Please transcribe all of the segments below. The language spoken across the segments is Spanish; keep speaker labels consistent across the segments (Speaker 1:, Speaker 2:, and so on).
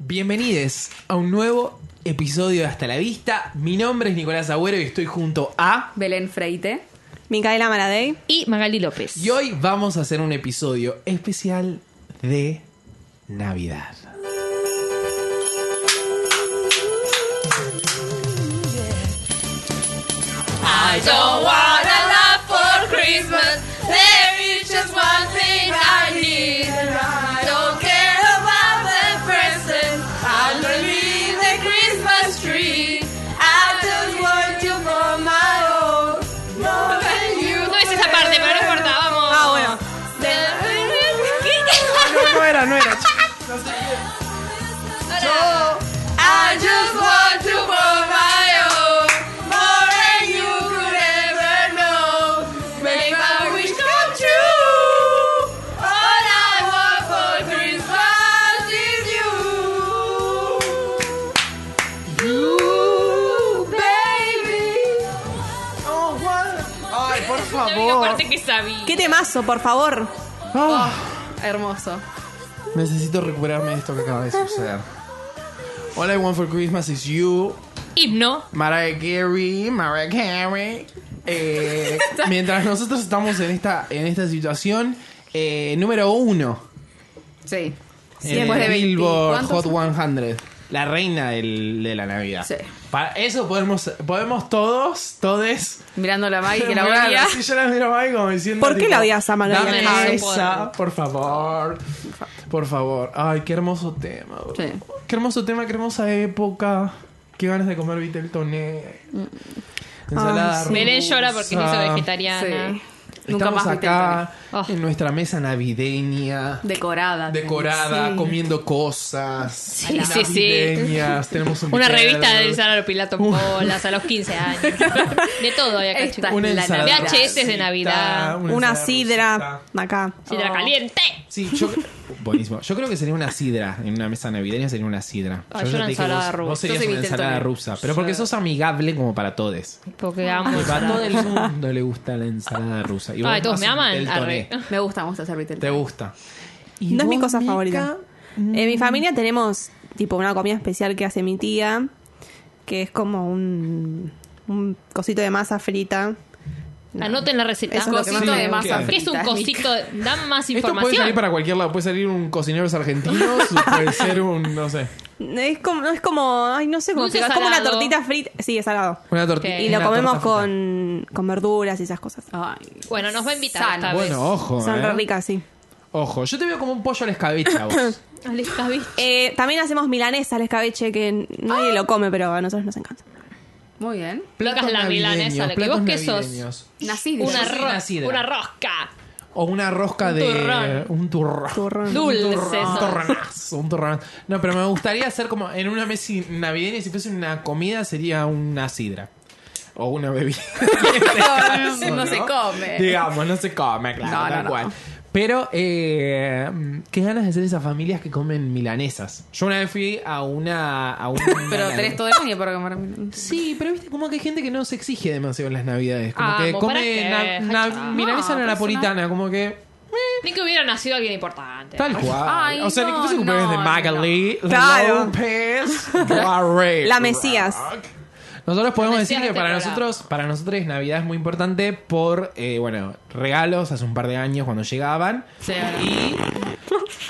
Speaker 1: Bienvenidos a un nuevo episodio de Hasta la Vista. Mi nombre es Nicolás Agüero y estoy junto a...
Speaker 2: Belén Freite.
Speaker 3: Micaela Maradei.
Speaker 4: y Magali López.
Speaker 1: Y hoy vamos a hacer un episodio especial de Navidad.
Speaker 5: I don't want a lot for Christmas. There is just one thing I need. I don't care about the present underneath the Christmas tree. I just want you for my own. More than you.
Speaker 4: No es esa parte, pero no importa, vamos. Ah, bueno.
Speaker 1: No era, no era.
Speaker 5: I just want you for my own. More than you could ever know. Make my wish come true. All I want for Christmas is you. You, baby.
Speaker 1: Ay, por
Speaker 4: La
Speaker 1: Oh.
Speaker 4: única parte que sabía.
Speaker 3: ¡Qué temazo, por favor!
Speaker 1: Ah.
Speaker 2: Hermoso.
Speaker 1: necesito recuperarme de esto que acaba de suceder. All I want for Christmas is you,
Speaker 4: Himno.
Speaker 1: Mariah Carey, Mariah Carey. Eh, mientras nosotros estamos en esta, en esta situación, eh, número uno.
Speaker 2: Sí.
Speaker 1: en
Speaker 2: Después
Speaker 1: el
Speaker 2: de 20,
Speaker 1: Eh, Billboard
Speaker 2: ¿cuántos?
Speaker 1: Hot 100. La reina del- de la Navidad.
Speaker 2: Sí.
Speaker 1: Para eso podemos, podemos todos, todes.
Speaker 2: Mirando la Maggie que la
Speaker 1: mirar
Speaker 2: odia.
Speaker 1: así, yo la miro a Maggie como diciendo.
Speaker 3: ¿Por qué la odias a Mariah
Speaker 1: Dame
Speaker 4: Carey?
Speaker 1: esa, por favor. Por favor. Ay, qué hermoso tema. boludo.
Speaker 2: Sí.
Speaker 1: Qué hermoso tema, qué hermosa época. Qué ganas de comer Viteltoné. Ensalada.
Speaker 3: sí.
Speaker 4: Belén llora porque se hizo
Speaker 1: rusa.
Speaker 4: vegetariana.
Speaker 2: Sí. Nunca
Speaker 1: Estamos
Speaker 2: más Ah.
Speaker 1: acá
Speaker 4: Viteltoné. Oh.
Speaker 1: en nuestra mesa navideña
Speaker 2: Decorada.
Speaker 1: decorada, comiendo cosas. Sí,
Speaker 4: sí, sí.
Speaker 1: Tenemos un
Speaker 4: Una
Speaker 1: vitel,
Speaker 4: revista de Sara Pilato en bolas a los 15 años. De todo había acá,
Speaker 2: Esta
Speaker 4: chicos.
Speaker 2: es
Speaker 1: una
Speaker 2: La
Speaker 1: ensalada
Speaker 4: VHS de
Speaker 1: rusita,
Speaker 4: Navidad.
Speaker 3: Una
Speaker 1: ensalada
Speaker 3: sidra
Speaker 1: rusita.
Speaker 3: acá.
Speaker 4: Sidra
Speaker 2: Oh.
Speaker 4: caliente.
Speaker 1: Sí, yo buenísimo. Yo creo que sería una sidra en una mesa navideña sería una sidra.
Speaker 4: Ah,
Speaker 1: ya
Speaker 4: yo una
Speaker 1: te dije,
Speaker 4: ensalada
Speaker 1: vos-
Speaker 4: rusa.
Speaker 1: Vos serías
Speaker 2: Yo soy
Speaker 1: una ensalada
Speaker 2: Viteltoné.
Speaker 1: rusa, pero porque sos amigable como para todos.
Speaker 4: Porque amo.
Speaker 1: A todo el mundo le gusta la ensalada rusa. Y vos
Speaker 4: Ah, Ay, todos me
Speaker 1: haces
Speaker 4: aman.
Speaker 1: Viteltoné.
Speaker 4: Arre.
Speaker 2: Me gusta, me gusta hacer vitel.
Speaker 1: Te gusta. Y
Speaker 3: No es mi
Speaker 1: vos,
Speaker 3: cosa
Speaker 1: Mica, Mm.
Speaker 3: favorita. En mi familia tenemos tipo una comida especial que hace mi tía, que es como un, un cosito de masa frita.
Speaker 4: Anoten la receta.
Speaker 3: Eso es lo que más
Speaker 2: Cosito
Speaker 3: me
Speaker 2: de
Speaker 3: gusta.
Speaker 2: masa frita.
Speaker 4: ¿Qué es un cosito? Dan más
Speaker 1: Esto puede salir
Speaker 4: información.
Speaker 1: para cualquier lado. Puede salir un cocineros argentinos, o puede ser un, no sé,
Speaker 3: Es como, no es como, ay, no sé cómo
Speaker 4: Dulce
Speaker 3: explicar, es como una
Speaker 4: salado.
Speaker 3: tortita frita. Sí, es salado.
Speaker 1: una tortilla.
Speaker 4: Ok. Ah.
Speaker 3: Y lo
Speaker 1: una
Speaker 3: comemos
Speaker 1: torta frita.
Speaker 3: con, con verduras y esas cosas.
Speaker 2: Ay.
Speaker 4: Bueno, nos va a invitar
Speaker 2: Sano.
Speaker 4: esta vez.
Speaker 1: Bueno, ojo.
Speaker 3: Son
Speaker 1: eh.
Speaker 3: re ricas, sí.
Speaker 1: Ojo, yo te veo como un pollo a la escabecha vos.
Speaker 4: Al escabeche.
Speaker 3: Eh, también hacemos milanesa al escabeche, que
Speaker 4: Ah.
Speaker 3: nadie lo come, pero a nosotros nos encanta.
Speaker 2: Muy bien.
Speaker 4: Picas la milanesa, la que vos que sos.
Speaker 1: navideños.
Speaker 2: Nací de
Speaker 4: Una,
Speaker 1: soy
Speaker 4: ro-
Speaker 1: una sidra.
Speaker 4: una rosca.
Speaker 1: O una rosca
Speaker 4: Un
Speaker 1: de.
Speaker 4: turrón.
Speaker 1: Un turrón.
Speaker 3: Turrón.
Speaker 4: Dulce.
Speaker 1: Un turrón, un
Speaker 4: sos.
Speaker 1: turronazo, un turronazo. No, pero me gustaría hacer como en una mesa navideña, si fuese una comida, sería una sidra. O una bebida. este
Speaker 2: No, no se come.
Speaker 1: Digamos, no se come, claro.
Speaker 2: No, no,
Speaker 1: tal
Speaker 2: no.
Speaker 1: cual. Pero, eh, qué ganas de ser esas familias que comen milanesas. Yo una vez fui a una. A un
Speaker 2: Pero tenés todo el año para comer.
Speaker 1: Sí, pero viste como que hay gente que no se exige demasiado en las navidades. Como
Speaker 4: Ah,
Speaker 1: que
Speaker 4: ¿vos para
Speaker 1: come
Speaker 4: qué?
Speaker 1: na- na-
Speaker 4: Jacha.
Speaker 1: milanesa a
Speaker 2: No,
Speaker 1: la
Speaker 2: pero
Speaker 1: napolitana, como que
Speaker 4: Ni que hubiera nacido alguien importante.
Speaker 1: tal cual.
Speaker 2: Ay,
Speaker 1: o sea, ni que
Speaker 2: no,
Speaker 1: fuese cumpleaños de
Speaker 2: no,
Speaker 1: Magali,
Speaker 3: Claro.
Speaker 1: López, Garrett.
Speaker 3: La Mesías.
Speaker 1: Nosotros podemos
Speaker 4: La
Speaker 1: decir
Speaker 4: Mesías
Speaker 1: que
Speaker 4: de
Speaker 1: para
Speaker 4: este
Speaker 1: nosotros, para nosotros Navidad es muy importante por, eh, bueno, regalos hace un par de años cuando llegaban.
Speaker 2: Sí.
Speaker 1: Y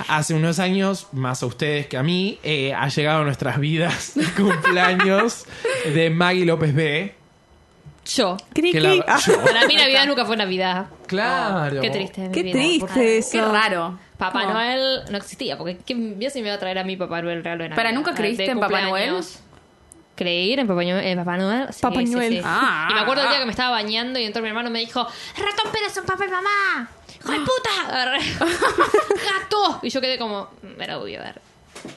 Speaker 1: hace unos años, más a ustedes que a mí, eh, ha llegado a nuestras vidas el cumpleaños de Maggie López B.
Speaker 4: Yo.
Speaker 3: Cri,
Speaker 1: que la-
Speaker 3: cri. Ah,
Speaker 1: yo.
Speaker 4: Para mí Navidad nunca fue Navidad.
Speaker 1: Claro.
Speaker 4: Qué triste. mi
Speaker 3: qué
Speaker 4: vida.
Speaker 3: triste eso.
Speaker 2: Qué raro.
Speaker 4: Papá
Speaker 2: ¿Cómo?
Speaker 4: Noel no existía, porque ¿quién vio si me iba a traer a mi Papá Noel el regalo de Navidad? Ah,
Speaker 2: Pero, ¿nunca
Speaker 4: De
Speaker 2: creíste en Papá
Speaker 4: cumpleaños. Creer en Papá Noel. en Papá Noel. Sí,
Speaker 3: Papá
Speaker 4: sí,
Speaker 3: Noel.
Speaker 4: sí.
Speaker 2: Ah.
Speaker 4: y me acuerdo el día que me estaba bañando y entró mi hermano y me dijo: ¡Ratón Pérez son papá y mamá! ¡Hijo de puta! Agarré. ¡Gato! Y yo quedé como, "Mm, era obvio, a ver.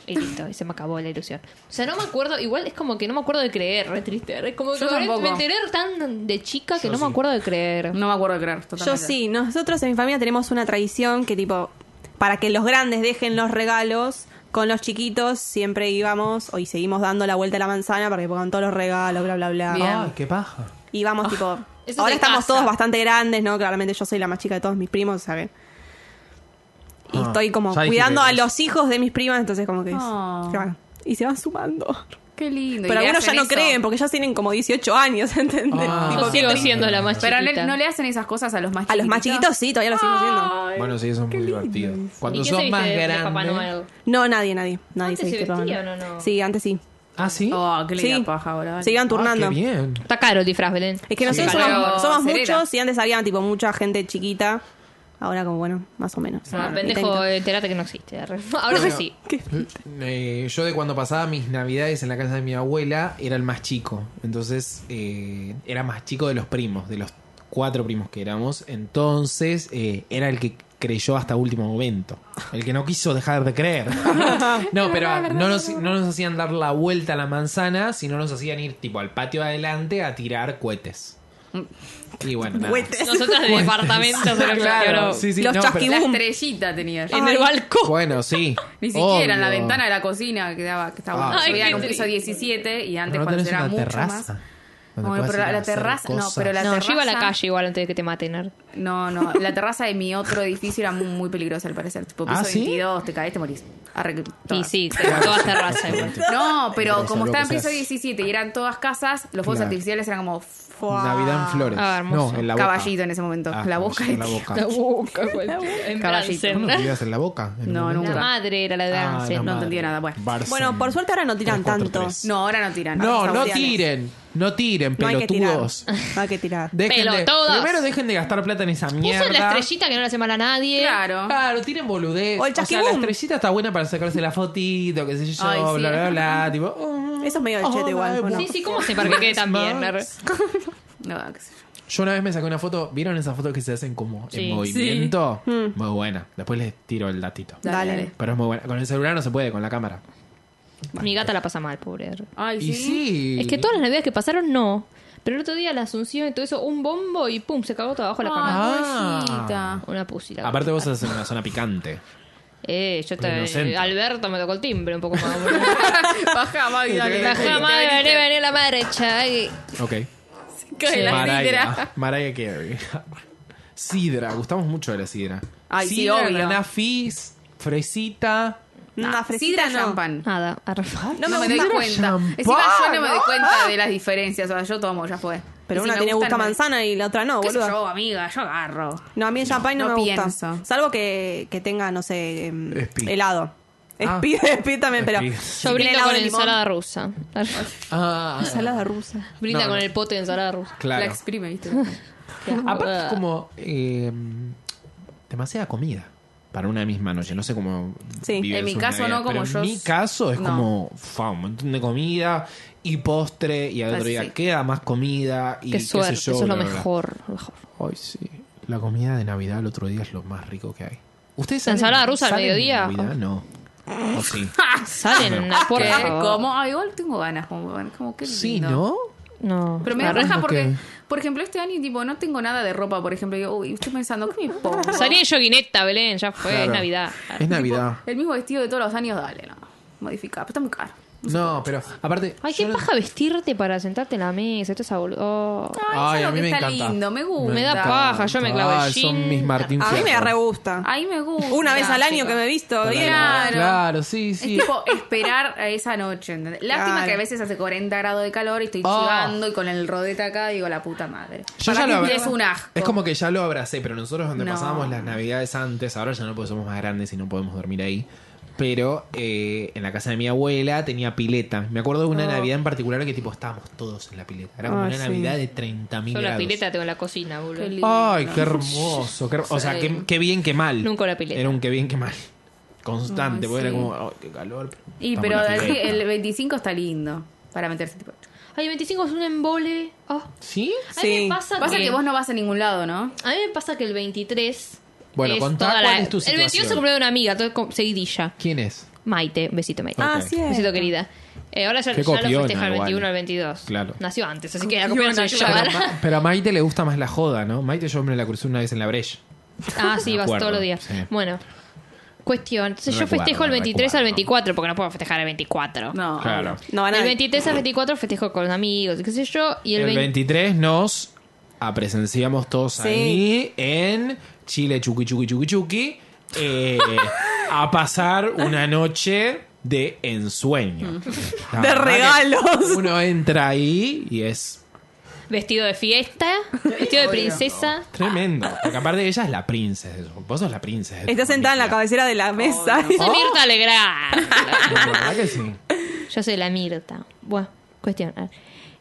Speaker 4: Y listo, y se me acabó la ilusión. O sea, no me acuerdo, igual es como que no me acuerdo de creer, re triste. Es como que
Speaker 2: Yo tampoco.
Speaker 4: me enteré tan de chica que
Speaker 1: Yo
Speaker 4: no
Speaker 1: sí.
Speaker 4: me acuerdo de creer.
Speaker 2: No me acuerdo de creer.
Speaker 3: Yo
Speaker 2: totalmente.
Speaker 3: sí, nosotros en mi familia tenemos una tradición que tipo, para que los grandes dejen los regalos, con los chiquitos siempre íbamos, hoy seguimos dando la vuelta a la manzana para que pongan todos los regalos, bla, bla, bla.
Speaker 2: Bien.
Speaker 1: Ay, qué paja.
Speaker 3: Y vamos tipo,
Speaker 4: es
Speaker 3: ahora
Speaker 4: de
Speaker 3: estamos
Speaker 4: casa.
Speaker 3: todos bastante grandes, ¿no? Claramente yo soy la más chica de todos mis primos, ¿saben? Y
Speaker 1: Ah,
Speaker 3: estoy como
Speaker 1: ya dije
Speaker 3: cuidando
Speaker 1: que
Speaker 3: a
Speaker 1: es.
Speaker 3: los hijos de mis primas, entonces como que es-
Speaker 2: Ah.
Speaker 3: claro. Y se van sumando.
Speaker 2: Qué lindo.
Speaker 3: Pero
Speaker 2: y le
Speaker 3: algunos ya
Speaker 2: hacen
Speaker 3: no
Speaker 2: eso.
Speaker 3: creen, porque ya tienen como 18 años, ¿entendés?
Speaker 1: Ah.
Speaker 3: Tipo,
Speaker 4: Yo
Speaker 1: qué
Speaker 4: sigo
Speaker 1: triste.
Speaker 4: siendo la más chiquita.
Speaker 2: Pero no, no le hacen esas cosas a los más
Speaker 3: a
Speaker 2: chiquitos.
Speaker 3: los más chiquitos sí, todavía lo siguen haciendo.
Speaker 1: Bueno, sí, eso es muy divertido. Cuando
Speaker 4: ¿Y qué se
Speaker 1: sos
Speaker 4: viste
Speaker 1: más
Speaker 4: de- de Papá
Speaker 1: grande.
Speaker 4: Noel?
Speaker 3: No, nadie, nadie. Nadie
Speaker 4: ¿Antes se
Speaker 3: viste todo,
Speaker 4: vestía o no, no?
Speaker 3: Sí, antes sí.
Speaker 1: Ah, sí.
Speaker 2: Oh, qué linda
Speaker 3: Sí.
Speaker 2: paja, boludo.
Speaker 3: Se iban
Speaker 1: Ah,
Speaker 3: turnando.
Speaker 1: qué bien.
Speaker 4: Está caro el disfraz, Belén.
Speaker 3: Es que nosotros
Speaker 2: Pero
Speaker 3: somos, somos
Speaker 2: serena.
Speaker 3: muchos y antes había tipo mucha gente chiquita. Ahora como bueno, más o menos.
Speaker 4: Ah,
Speaker 3: Ahora,
Speaker 4: pendejo,
Speaker 3: intento.
Speaker 4: entérate que no existe. arre. Ahora sí sí.
Speaker 1: Eh, yo de cuando pasaba mis navidades en la casa de mi abuela era el más chico. Entonces eh, era más chico de los primos, de los cuatro primos que éramos. Entonces eh, era el que creyó hasta último momento. El que no quiso dejar de creer. no, pero no nos, no nos hacían dar la vuelta a la manzana, sino nos hacían ir tipo al patio adelante a tirar cohetes. Y bueno, nada.
Speaker 3: Cohetes.
Speaker 4: Nosotras de departamento se lo
Speaker 1: Claro,
Speaker 4: claro,
Speaker 1: sí, sí,
Speaker 3: Los
Speaker 1: no, pero-
Speaker 3: chasquibum.
Speaker 2: La estrellita tenías.
Speaker 4: En el balcón.
Speaker 1: Bueno, sí.
Speaker 2: Ni siquiera en la
Speaker 1: obvio.
Speaker 2: ventana de la cocina quedaba, que
Speaker 1: Ah.
Speaker 2: estaba bueno.
Speaker 4: Ay,
Speaker 2: Subían
Speaker 4: qué
Speaker 2: un piso
Speaker 4: triste.
Speaker 2: 17 y antes
Speaker 1: Pero no
Speaker 2: cuando
Speaker 1: tenés
Speaker 2: era
Speaker 1: una
Speaker 2: mucho
Speaker 1: terraza
Speaker 2: más.
Speaker 1: donde
Speaker 2: No,
Speaker 1: puedas
Speaker 2: pero
Speaker 1: ir
Speaker 2: la
Speaker 1: a hacer
Speaker 2: terraza- no,
Speaker 1: cosas.
Speaker 2: pero la-
Speaker 4: No, yo iba a la
Speaker 2: terraza.
Speaker 4: calle igual antes de que te maten. arre.
Speaker 2: No, no, la terraza de mi otro edificio era muy, muy peligrosa al parecer. Tipo piso
Speaker 1: ¿Ah, sí?
Speaker 2: 22, te caes, te morís. Arre, que-
Speaker 4: Y
Speaker 2: todas.
Speaker 4: sí, todas terrazas igual.
Speaker 2: No, pero
Speaker 1: Peligroso,
Speaker 2: como
Speaker 1: lo
Speaker 2: estaba en
Speaker 1: que
Speaker 2: piso
Speaker 1: seas.
Speaker 2: 17 y eran todas casas, los fuegos
Speaker 1: Claro.
Speaker 2: artificiales eran como fuá,
Speaker 1: Navidad en flores.
Speaker 4: Ah, hermoso.
Speaker 1: no, en la boca.
Speaker 2: caballito en ese momento.
Speaker 1: Ah,
Speaker 2: la boca.
Speaker 1: caballito en la boca.
Speaker 4: La boca, En
Speaker 2: Caballito.
Speaker 4: Bransen.
Speaker 1: ¿Vos no vivías en la boca? En un
Speaker 2: No, nunca.
Speaker 4: La
Speaker 1: momento.
Speaker 4: madre era la de
Speaker 1: Ah,
Speaker 4: Bransen.
Speaker 1: la
Speaker 2: No entendí
Speaker 1: madre.
Speaker 2: nada, bueno.
Speaker 1: Barsen.
Speaker 3: Bueno, por suerte ahora no tiran
Speaker 1: Tres, cuatro,
Speaker 3: tanto.
Speaker 1: tres.
Speaker 2: No, ahora no tiran.
Speaker 1: No,
Speaker 2: ahora
Speaker 1: no
Speaker 2: son
Speaker 1: tiren. No tiren,
Speaker 3: No hay que tirar.
Speaker 1: pelotudos.
Speaker 3: No hay que tirar.
Speaker 1: Dejen de-
Speaker 4: Pelotudos.
Speaker 1: primero dejen de gastar plata en esa mierda.
Speaker 4: Usen la estrellita que no le hace mal a nadie.
Speaker 2: Claro.
Speaker 1: Claro, tiren boludez.
Speaker 3: O el
Speaker 1: sea, la
Speaker 3: chasquibum.
Speaker 1: estrellita está buena para sacarse la fotito, qué sé yo,
Speaker 2: Ay, sí.
Speaker 1: bla, bla, bla. Tipo, oh,
Speaker 3: Eso es medio
Speaker 1: oh,
Speaker 3: chete igual,
Speaker 1: ay,
Speaker 3: ¿o no?
Speaker 4: Sí, sí, ¿cómo se para que quede tan bien? arre?
Speaker 2: No, qué sé yo.
Speaker 1: Yo una vez me saqué una foto. ¿Vieron esas fotos que se hacen como
Speaker 4: Sí.
Speaker 1: en movimiento?
Speaker 2: Hmm.
Speaker 1: Muy buena. Después les tiro el datito.
Speaker 2: Dale.
Speaker 3: Dale.
Speaker 1: Pero es muy buena. Con el celular no se puede, con la cámara.
Speaker 4: Mi gata la pasa mal, pobre. arre.
Speaker 2: Ay, sí.
Speaker 1: Y sí.
Speaker 4: Es que todas las navidades que pasaron, no. Pero el otro día la Asunción y todo eso, un bombo y pum, se cagó todo abajo la cama.
Speaker 1: Ah.
Speaker 2: Ay, pobrecita.
Speaker 4: Una pusila.
Speaker 1: Aparte vos estás en una zona picante.
Speaker 4: Eh, yo
Speaker 1: Pero inocente.
Speaker 4: te... Alberto me tocó el timbre un poco más. boludo.
Speaker 2: Baja, Magui, dale.
Speaker 4: Bajá, madre, vení, vení la madre, chay.
Speaker 1: Ok.
Speaker 2: Cae la sidra.
Speaker 1: Mariah, Mariah Carey. Sidra. Gustamos mucho de la sidra.
Speaker 2: Ay, sí,
Speaker 1: sidra,
Speaker 2: obvio.
Speaker 1: Naná Fizz, fresita.
Speaker 3: Una fresita
Speaker 2: Sidra
Speaker 3: no.
Speaker 2: champán.
Speaker 4: Nada, arrefá.
Speaker 2: No me,
Speaker 1: No,
Speaker 2: doy
Speaker 1: sidra
Speaker 2: cuenta.
Speaker 1: champán.
Speaker 2: Encima yo no me doy cuenta de las diferencias. O sea, yo tomo, ya fue.
Speaker 3: Pero
Speaker 2: Y si
Speaker 3: una
Speaker 2: me
Speaker 3: tiene gusto a
Speaker 2: gustan, me-
Speaker 3: manzana y la otra no,
Speaker 2: ¿Qué sé
Speaker 3: boludo.
Speaker 2: yo, amiga? Yo agarro.
Speaker 3: No, a mí el champagne no,
Speaker 2: no
Speaker 3: me
Speaker 2: pienso.
Speaker 3: gusta. Salvo que, que tenga, no sé, em,
Speaker 1: Espí.
Speaker 3: helado.
Speaker 1: Ah.
Speaker 3: Espí, espí también, pero.
Speaker 1: Espí.
Speaker 3: si
Speaker 4: Yo
Speaker 3: tiene
Speaker 4: brindo
Speaker 3: helado
Speaker 4: con
Speaker 3: de limón,
Speaker 4: ensalada rusa.
Speaker 1: Ah,
Speaker 3: Ensalada rusa.
Speaker 4: Brinda
Speaker 1: No,
Speaker 4: con
Speaker 1: no.
Speaker 4: el pote de ensalada rusa.
Speaker 2: La
Speaker 1: claro.
Speaker 2: exprime, ¿viste?
Speaker 1: Aparte es
Speaker 4: Ah.
Speaker 1: como eh, demasiada comida para una misma noche. No sé cómo.
Speaker 3: Sí.
Speaker 1: viven
Speaker 2: En mi
Speaker 1: sus
Speaker 2: caso no,
Speaker 1: navidades,
Speaker 2: como
Speaker 1: pero
Speaker 2: yo-
Speaker 1: En mi caso es
Speaker 2: no.
Speaker 1: como fa, un montón de comida y postre y al otro
Speaker 2: Ah,
Speaker 1: día
Speaker 2: sí.
Speaker 1: queda más comida y
Speaker 4: Qué
Speaker 1: qué
Speaker 4: suerte,
Speaker 1: sé yo.
Speaker 4: eso es
Speaker 1: bla,
Speaker 4: lo
Speaker 1: bla, bla.
Speaker 4: mejor. lo mejor.
Speaker 1: Ay, sí. La comida de Navidad el otro día es lo más rico que hay. ¿Ustedes
Speaker 4: ¿La
Speaker 1: salen-
Speaker 4: ensalada rusa al
Speaker 1: salen en
Speaker 4: mediodía?
Speaker 1: Navidad? No. ¿O Oh, sí?
Speaker 4: Salen, por
Speaker 2: Ah, ¿Qué?
Speaker 4: favor.
Speaker 2: ¿Cómo? Ah, igual tengo ganas. Como, como qué lindo.
Speaker 1: Sí, ¿no?
Speaker 4: No.
Speaker 2: Pero me
Speaker 1: La
Speaker 2: da
Speaker 1: verdad
Speaker 2: raja
Speaker 1: es
Speaker 2: porque,
Speaker 1: que-
Speaker 2: por ejemplo, este año, tipo, no tengo nada de ropa, por ejemplo. Y Yo, uy, estoy pensando, ¿qué me pongo?
Speaker 4: Salí en joguineta, Belén, ya fue,
Speaker 1: Claro.
Speaker 4: Pues es Navidad.
Speaker 1: Es Navidad.
Speaker 2: El mismo vestido de todos los años, dale, no. Modificar, pero está muy caro.
Speaker 1: No, pero aparte.
Speaker 4: Ay, qué
Speaker 1: yo no-
Speaker 4: paja vestirte para sentarte en la mesa, esto es abol- oh.
Speaker 1: Ay,
Speaker 2: eso
Speaker 1: a
Speaker 2: es lo
Speaker 1: mí
Speaker 2: que
Speaker 1: me
Speaker 2: está
Speaker 1: encanta.
Speaker 2: lindo, me gusta.
Speaker 4: Me da paja, yo me clavo el
Speaker 1: Ay, son
Speaker 4: jean.
Speaker 1: mis Martín
Speaker 3: A mí me
Speaker 1: Fierro.
Speaker 3: re gusta.
Speaker 4: Ah,
Speaker 2: Ahí me gusta.
Speaker 3: Una vez al año
Speaker 2: chico.
Speaker 3: que me he visto.
Speaker 1: Para
Speaker 3: bien.
Speaker 1: la-
Speaker 2: Claro.
Speaker 1: Claro, sí,
Speaker 2: Es
Speaker 1: sí.
Speaker 2: tipo esperar a esa noche. ¿entendés? Lástima
Speaker 3: Claro.
Speaker 2: que a veces hace 40 grados de calor y estoy
Speaker 1: Ah.
Speaker 2: chivando y con el rodete acá digo la puta madre.
Speaker 1: Yo
Speaker 2: Para
Speaker 1: ya
Speaker 2: mí
Speaker 1: lo abra-
Speaker 2: es un asco.
Speaker 1: Es como que ya lo abracé, pero nosotros donde
Speaker 2: No.
Speaker 1: pasábamos las navidades antes, ahora ya no porque somos más grandes y no podemos dormir ahí. Pero eh, en la casa de mi abuela tenía pileta. Me acuerdo de una
Speaker 2: Oh.
Speaker 1: Navidad en particular que tipo estábamos todos en la pileta. Era como
Speaker 3: Ah,
Speaker 1: una
Speaker 3: sí.
Speaker 1: Navidad de 30.000
Speaker 4: Yo la
Speaker 1: grados.
Speaker 4: pileta tengo en la cocina, boludo.
Speaker 2: Qué lindo.
Speaker 1: Ay, qué hermoso. qué her- o sea, qué, qué bien, qué mal.
Speaker 4: Nunca la pileta.
Speaker 1: Era un qué bien, qué mal. Constante,
Speaker 2: Ay,
Speaker 1: porque era
Speaker 2: sí.
Speaker 1: como, ay, qué calor.
Speaker 2: Y
Speaker 1: estamos
Speaker 2: pero
Speaker 1: en la
Speaker 2: así,
Speaker 1: pileta.
Speaker 2: el 25 está lindo para meterse tipo.
Speaker 4: Ay, 25 es un embole. Oh.
Speaker 1: ¿Sí?
Speaker 4: A mí
Speaker 3: Sí.
Speaker 4: me pasa,
Speaker 2: Pasa
Speaker 4: que,
Speaker 2: que vos no vas a ningún lado, ¿no?
Speaker 4: A mí me pasa que el 23
Speaker 1: Bueno,
Speaker 4: es
Speaker 1: contá
Speaker 4: toda
Speaker 1: cuál
Speaker 4: la-
Speaker 1: es tu
Speaker 4: El 21 se
Speaker 1: situación.
Speaker 4: cumplió de una amiga, entonces com- seguidilla.
Speaker 1: ¿Quién es?
Speaker 4: Maite, un besito Maite.
Speaker 3: Ah,
Speaker 1: Ok.
Speaker 3: sí.
Speaker 4: Besito querida. Eh, ahora ya,
Speaker 1: Qué
Speaker 4: ya lo
Speaker 1: copiona,
Speaker 4: festeja el
Speaker 1: igual.
Speaker 4: 21 al 22.
Speaker 1: Claro.
Speaker 4: Nació antes, así que la copiona soy yo.
Speaker 1: Pero, a Ma- pero a Maite le gusta más la joda, ¿no? Maite yo me la crucé una vez en la brecha.
Speaker 4: Ah, sí,
Speaker 1: Me
Speaker 4: vas
Speaker 1: acuerdo,
Speaker 4: todos los días.
Speaker 1: sí.
Speaker 4: Bueno, cuestión. Entonces yo
Speaker 1: Recuerdo,
Speaker 4: festejo el 23 al
Speaker 1: recuerdo.
Speaker 4: 24 porque no puedo festejar el 24.
Speaker 2: No.
Speaker 1: Claro.
Speaker 3: No, van a
Speaker 4: El 23 al 24 festejo con amigos, qué sé yo. Y el,
Speaker 1: El
Speaker 4: 20
Speaker 1: 23 nos apresenciamos todos
Speaker 3: Sí.
Speaker 1: ahí en Chile Chuqui Chuqui Chuqui Chuqui eh, a pasar una noche de ensueño. La
Speaker 3: De
Speaker 1: verdad que
Speaker 3: regalos.
Speaker 1: Uno entra ahí y es
Speaker 4: Vestido de fiesta, vestido de princesa.
Speaker 1: tremendo. Porque aparte ella es la princesa. de su- Vos sos la princesa. de tu
Speaker 3: Está sentada en la
Speaker 1: familia.
Speaker 3: cabecera de la mesa.
Speaker 1: Oh.
Speaker 4: Soy Mirta Legrand.
Speaker 1: La verdad que sí.
Speaker 4: Yo soy la Mirta. Bueno, cuestión. A ver.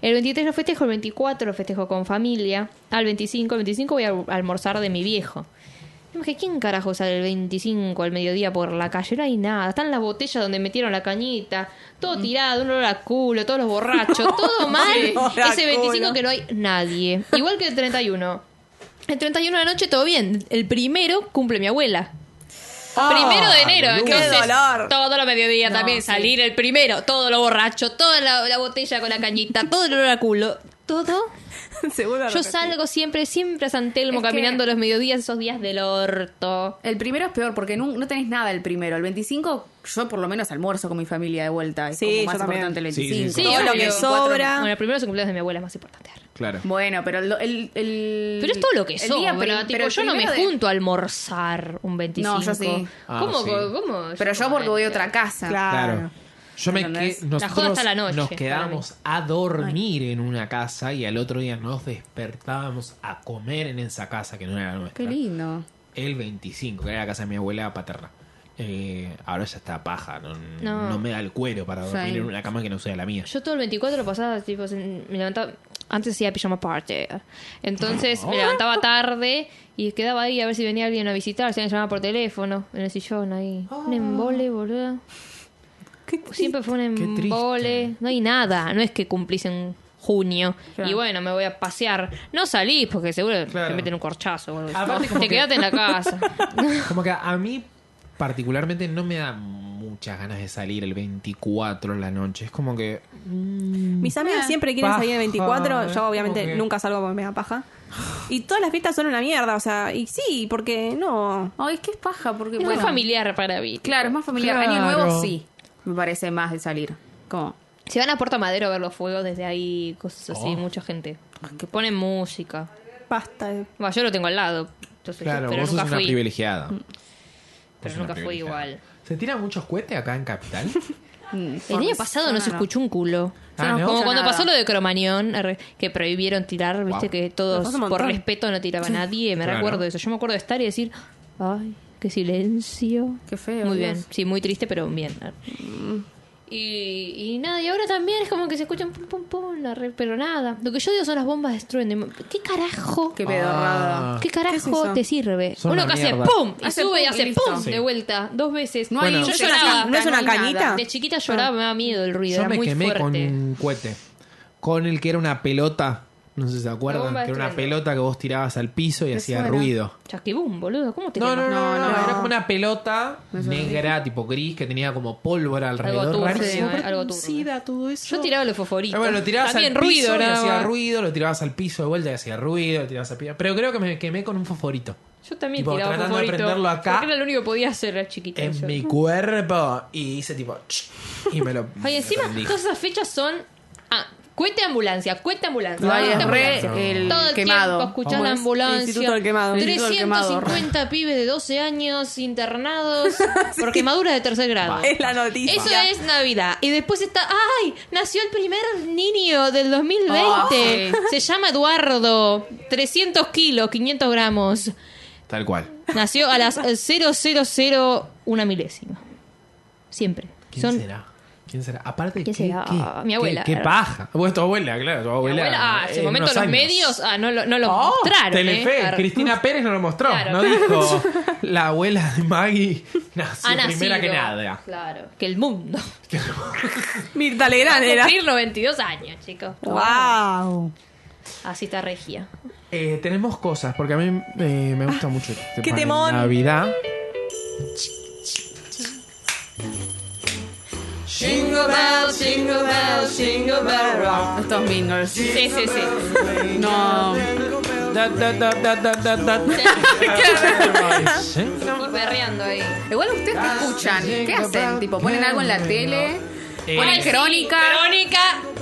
Speaker 4: El 23 lo festejo, el 24 lo festejo con familia. Al 25, el 25 voy a almorzar de mi viejo. Yo me dije, ¿quién carajo sale el 25 al mediodía por la calle? No hay nada. Están las botellas donde metieron la cañita.
Speaker 3: Mm.
Speaker 4: Todo tirado, un olor a culo, todos los borrachos, todo mal.
Speaker 3: olor a
Speaker 4: Ese 25
Speaker 3: culo.
Speaker 4: que no hay nadie. Igual que el 31. El 31 de la noche todo bien. El primero cumple mi abuela.
Speaker 2: Ah,
Speaker 4: Primero de enero,
Speaker 1: boludo.
Speaker 4: entonces
Speaker 3: Qué dolor.
Speaker 4: todo lo mediodía también salir el primero, todo lo borracho, toda la, la botella con la cañita, todo el olor a culo, todo.
Speaker 3: Se vuelve a
Speaker 4: Yo
Speaker 3: repetir.
Speaker 4: salgo siempre, siempre a San Telmo
Speaker 2: Es que-
Speaker 4: caminando los mediodías, esos días del orto.
Speaker 2: El primero es peor porque nun- no, tenés nada el primero. El 25, yo por lo menos almuerzo con mi familia de vuelta. Es
Speaker 3: Sí,
Speaker 2: como
Speaker 3: yo
Speaker 2: más
Speaker 3: también.
Speaker 2: importante el
Speaker 1: Sí, sí,
Speaker 2: 25.
Speaker 1: sí.
Speaker 4: Todo lo que
Speaker 3: sobra.
Speaker 2: Ah.
Speaker 4: Bueno, el primero es el cumpleaños de mi abuela, es más importante.
Speaker 1: Claro.
Speaker 2: Bueno, pero el, el- el-
Speaker 4: Pero es todo lo que
Speaker 2: el
Speaker 4: soy,
Speaker 2: día prim- pero el
Speaker 4: yo no me
Speaker 2: primero de-
Speaker 4: junto a almorzar un 25.
Speaker 2: No, yo sí.
Speaker 1: Ah,
Speaker 4: ¿Cómo?
Speaker 1: sí.
Speaker 4: ¿Cómo?
Speaker 2: Pero yo porque voy a otra casa.
Speaker 3: Claro.
Speaker 1: Claro. Yo me que,
Speaker 2: ¿Entendés?
Speaker 4: La joda
Speaker 1: nosotros
Speaker 4: hasta la noche,
Speaker 1: nos
Speaker 4: para
Speaker 1: quedábamos a dormir en una casa y al otro día nos despertábamos a comer en esa casa que no era la nuestra.
Speaker 2: Qué lindo.
Speaker 1: El 25, que era la casa de mi abuela paterna. Eh, ahora ya está paja, no,
Speaker 4: No.
Speaker 1: no me da el cuero para dormir
Speaker 2: Sí.
Speaker 1: en una cama que no sea la mía.
Speaker 4: Yo todo el 24 lo pasaba, tipo, sen- me levantaba. Antes hacía pijama party. Entonces
Speaker 1: Ah.
Speaker 4: me levantaba tarde y quedaba ahí a ver si venía alguien a visitar. Si alguien llamaba por teléfono en el sillón ahí. Un embole, boludo.
Speaker 3: Qué
Speaker 4: Siempre fue un
Speaker 1: Ah. Qué triste.
Speaker 4: embole. No hay nada. No es que cumplís en junio.
Speaker 2: Claro.
Speaker 4: Y bueno, me voy a pasear. No salís porque seguro
Speaker 1: Claro.
Speaker 4: te meten un corchazo. boludo.
Speaker 1: Aparte, como
Speaker 4: Te
Speaker 1: que-
Speaker 4: quedaste en la casa.
Speaker 1: Como que a mí particularmente no me da muchas ganas de salir el 24 en la noche. Es como que...
Speaker 3: Mis amigos siempre quieren
Speaker 1: paja, ¿eh?
Speaker 3: salir el 24.
Speaker 1: es
Speaker 3: Yo, obviamente,
Speaker 1: como que-
Speaker 3: nunca salgo porque me da paja. Y todas las fiestas son una mierda. O sea, y sí, porque no.
Speaker 2: Ay, es que es paja porque
Speaker 4: Es muy
Speaker 2: bueno,
Speaker 4: familiar para mí.
Speaker 2: Claro, es más familiar. Año
Speaker 1: Claro.
Speaker 2: nuevo sí. Me parece más de salir. Como
Speaker 4: Se van a Puerto Madero a ver los fuegos desde ahí, cosas así,
Speaker 1: Oh.
Speaker 4: mucha gente. Que ponen música.
Speaker 3: Basta. de-
Speaker 4: Bueno, yo lo tengo al lado, entonces,
Speaker 1: Claro,
Speaker 4: pero
Speaker 1: vos sos
Speaker 4: nunca
Speaker 1: una
Speaker 4: fui. Mm.
Speaker 1: privilegiada. Vos sos una
Speaker 4: nunca fui
Speaker 1: privilegiada.
Speaker 4: igual.
Speaker 1: ¿Se tira muchos cohetes acá en Capital?
Speaker 2: mm,
Speaker 4: El año pasado no se escuchó un culo.
Speaker 1: Ah, ¿no?
Speaker 4: Como
Speaker 2: No,
Speaker 4: cuando
Speaker 2: nada.
Speaker 4: pasó lo de Cromañón, arre, que prohibieron tirar, viste
Speaker 1: Wow.
Speaker 4: que
Speaker 3: Pero
Speaker 4: todos
Speaker 3: pasa un montón.
Speaker 4: por respeto no tiraba nadie, me
Speaker 1: Claro.
Speaker 4: recuerdo de eso. Yo me acuerdo de estar y decir, ay, qué silencio.
Speaker 2: Qué feo,
Speaker 4: Muy
Speaker 2: Dios.
Speaker 4: bien, sí, muy triste, pero bien. arre. Mm. Y, y nada, y ahora también es como que se escuchan pum pum pum, arre, pero nada. Lo que yo digo son las bombas de estruendo. ¿Qué carajo?
Speaker 2: Qué pedorrada.
Speaker 1: Ah.
Speaker 4: ¿Qué carajo
Speaker 3: eso?
Speaker 4: te sirve?
Speaker 1: Son
Speaker 4: Uno
Speaker 1: una
Speaker 4: que hace
Speaker 1: mierda.
Speaker 4: pum y
Speaker 2: Hace
Speaker 4: sube
Speaker 2: pum
Speaker 4: y
Speaker 2: y
Speaker 4: hace
Speaker 2: listo.
Speaker 4: pum
Speaker 1: Sí.
Speaker 4: de vuelta dos veces.
Speaker 2: No
Speaker 1: Bueno,
Speaker 2: hay
Speaker 4: yo
Speaker 2: es
Speaker 4: lloraba.
Speaker 2: una
Speaker 3: ¿No es una
Speaker 2: nada.
Speaker 3: cañita?
Speaker 4: De chiquita lloraba, me daba miedo el ruido,
Speaker 1: Yo
Speaker 4: era
Speaker 1: me
Speaker 4: muy
Speaker 1: quemé
Speaker 4: fuerte.
Speaker 1: con un cohete. Con el que era una pelota. No sé si se acuerdan.
Speaker 4: bomba de
Speaker 1: Que era una
Speaker 4: estruendo.
Speaker 1: pelota que vos tirabas al piso y hacía
Speaker 3: suena.
Speaker 1: ruido.
Speaker 4: Chasquibum, boludo, ¿cómo te
Speaker 1: No, no,
Speaker 4: llamas?
Speaker 1: no, no,
Speaker 2: No, no.
Speaker 1: Era como una pelota negra, tipo gris, que tenía como pólvora alrededor.
Speaker 4: turbio,
Speaker 1: rarísimo.
Speaker 4: eh,
Speaker 1: Aparte,
Speaker 4: algo
Speaker 1: un
Speaker 4: turbio.
Speaker 1: sida, todo eso.
Speaker 4: Yo tiraba los fosforitos.
Speaker 1: Ah, bueno, lo tirabas
Speaker 4: También
Speaker 1: al
Speaker 4: ruido,
Speaker 1: piso y
Speaker 4: nada
Speaker 1: hacía
Speaker 4: más.
Speaker 1: ruido, lo tirabas al piso de vuelta y hacía ruido, lo tirabas al piso. Pero creo que me quemé con un fosforito.
Speaker 4: Yo también
Speaker 1: Tipo,
Speaker 4: tiraba
Speaker 1: tratando de
Speaker 4: fosforito.
Speaker 1: prenderlo acá.
Speaker 4: Porque era lo único que podía hacer era chiquita.
Speaker 1: En
Speaker 4: yo.
Speaker 1: mi cuerpo. Y hice tipo. ch, Y me lo. me
Speaker 4: Ay,
Speaker 1: lo
Speaker 4: encima,
Speaker 1: prendí.
Speaker 4: todas esas fechas son. Ah, cuete ambulancia, cuete ambulancia.
Speaker 2: No,
Speaker 4: cuete
Speaker 2: es
Speaker 4: ambulancia.
Speaker 2: re el
Speaker 4: Todo el
Speaker 2: quemado.
Speaker 4: tiempo escuchás
Speaker 1: ¿Cómo
Speaker 4: la
Speaker 1: es?
Speaker 4: ambulancia.
Speaker 3: Instituto del quemado.
Speaker 2: Instituto del quemado,
Speaker 4: 350 pibes de 12 años internados por quemaduras de tercer grado.
Speaker 3: Es la noticia.
Speaker 4: Eso es Navidad. Y después está, ¡ay! Nació el primer niño del 2020.
Speaker 2: Oh, sí.
Speaker 4: Se llama Eduardo. 300 kilos, 500 gramos.
Speaker 1: Tal cual.
Speaker 4: Nació a las 000 una milésima. Siempre.
Speaker 1: ¿Quién
Speaker 4: Son-
Speaker 1: será? ¿Quién será? Aparte,
Speaker 4: ¿Quién
Speaker 1: ¿qué,
Speaker 4: será?
Speaker 1: qué-
Speaker 4: Mi
Speaker 1: qué-
Speaker 4: abuela.
Speaker 1: ¿Qué, paja? Bueno, tu abuela, claro, tu abuela.
Speaker 4: Abuela, ah, en
Speaker 1: eh,
Speaker 4: su momento
Speaker 1: unos
Speaker 4: los
Speaker 1: años.
Speaker 4: medios ah, no, lo- no los
Speaker 1: Oh,
Speaker 4: mostraron.
Speaker 1: Telefe,
Speaker 4: eh. Ar-
Speaker 1: Cristina Pérez no lo mostró.
Speaker 4: Claro.
Speaker 1: No dijo la abuela de Maggie nació
Speaker 4: Ha
Speaker 1: primera
Speaker 4: nacido.
Speaker 1: que nada.
Speaker 4: Claro. Que el mundo.
Speaker 3: Mirta Legrand
Speaker 4: Va a
Speaker 3: era.
Speaker 4: cumplir 92 años, chicos.
Speaker 3: ¡Wow!
Speaker 4: Así está regia.
Speaker 1: Eh, tenemos cosas, porque a mí eh, me gusta mucho este
Speaker 3: qué
Speaker 1: tema de
Speaker 3: temón.
Speaker 1: Navidad.
Speaker 2: Estos mingles.
Speaker 4: Sí, sí, sí.
Speaker 2: No.
Speaker 1: Da, da, da, da, da, da, da. ¿Sí?
Speaker 4: Y perreando ahí.
Speaker 2: Igual ustedes que escuchan. ¿Qué hacen? Tipo, ponen algo en la tele.
Speaker 1: Eh,
Speaker 2: Ponen crónica.
Speaker 4: Crónica.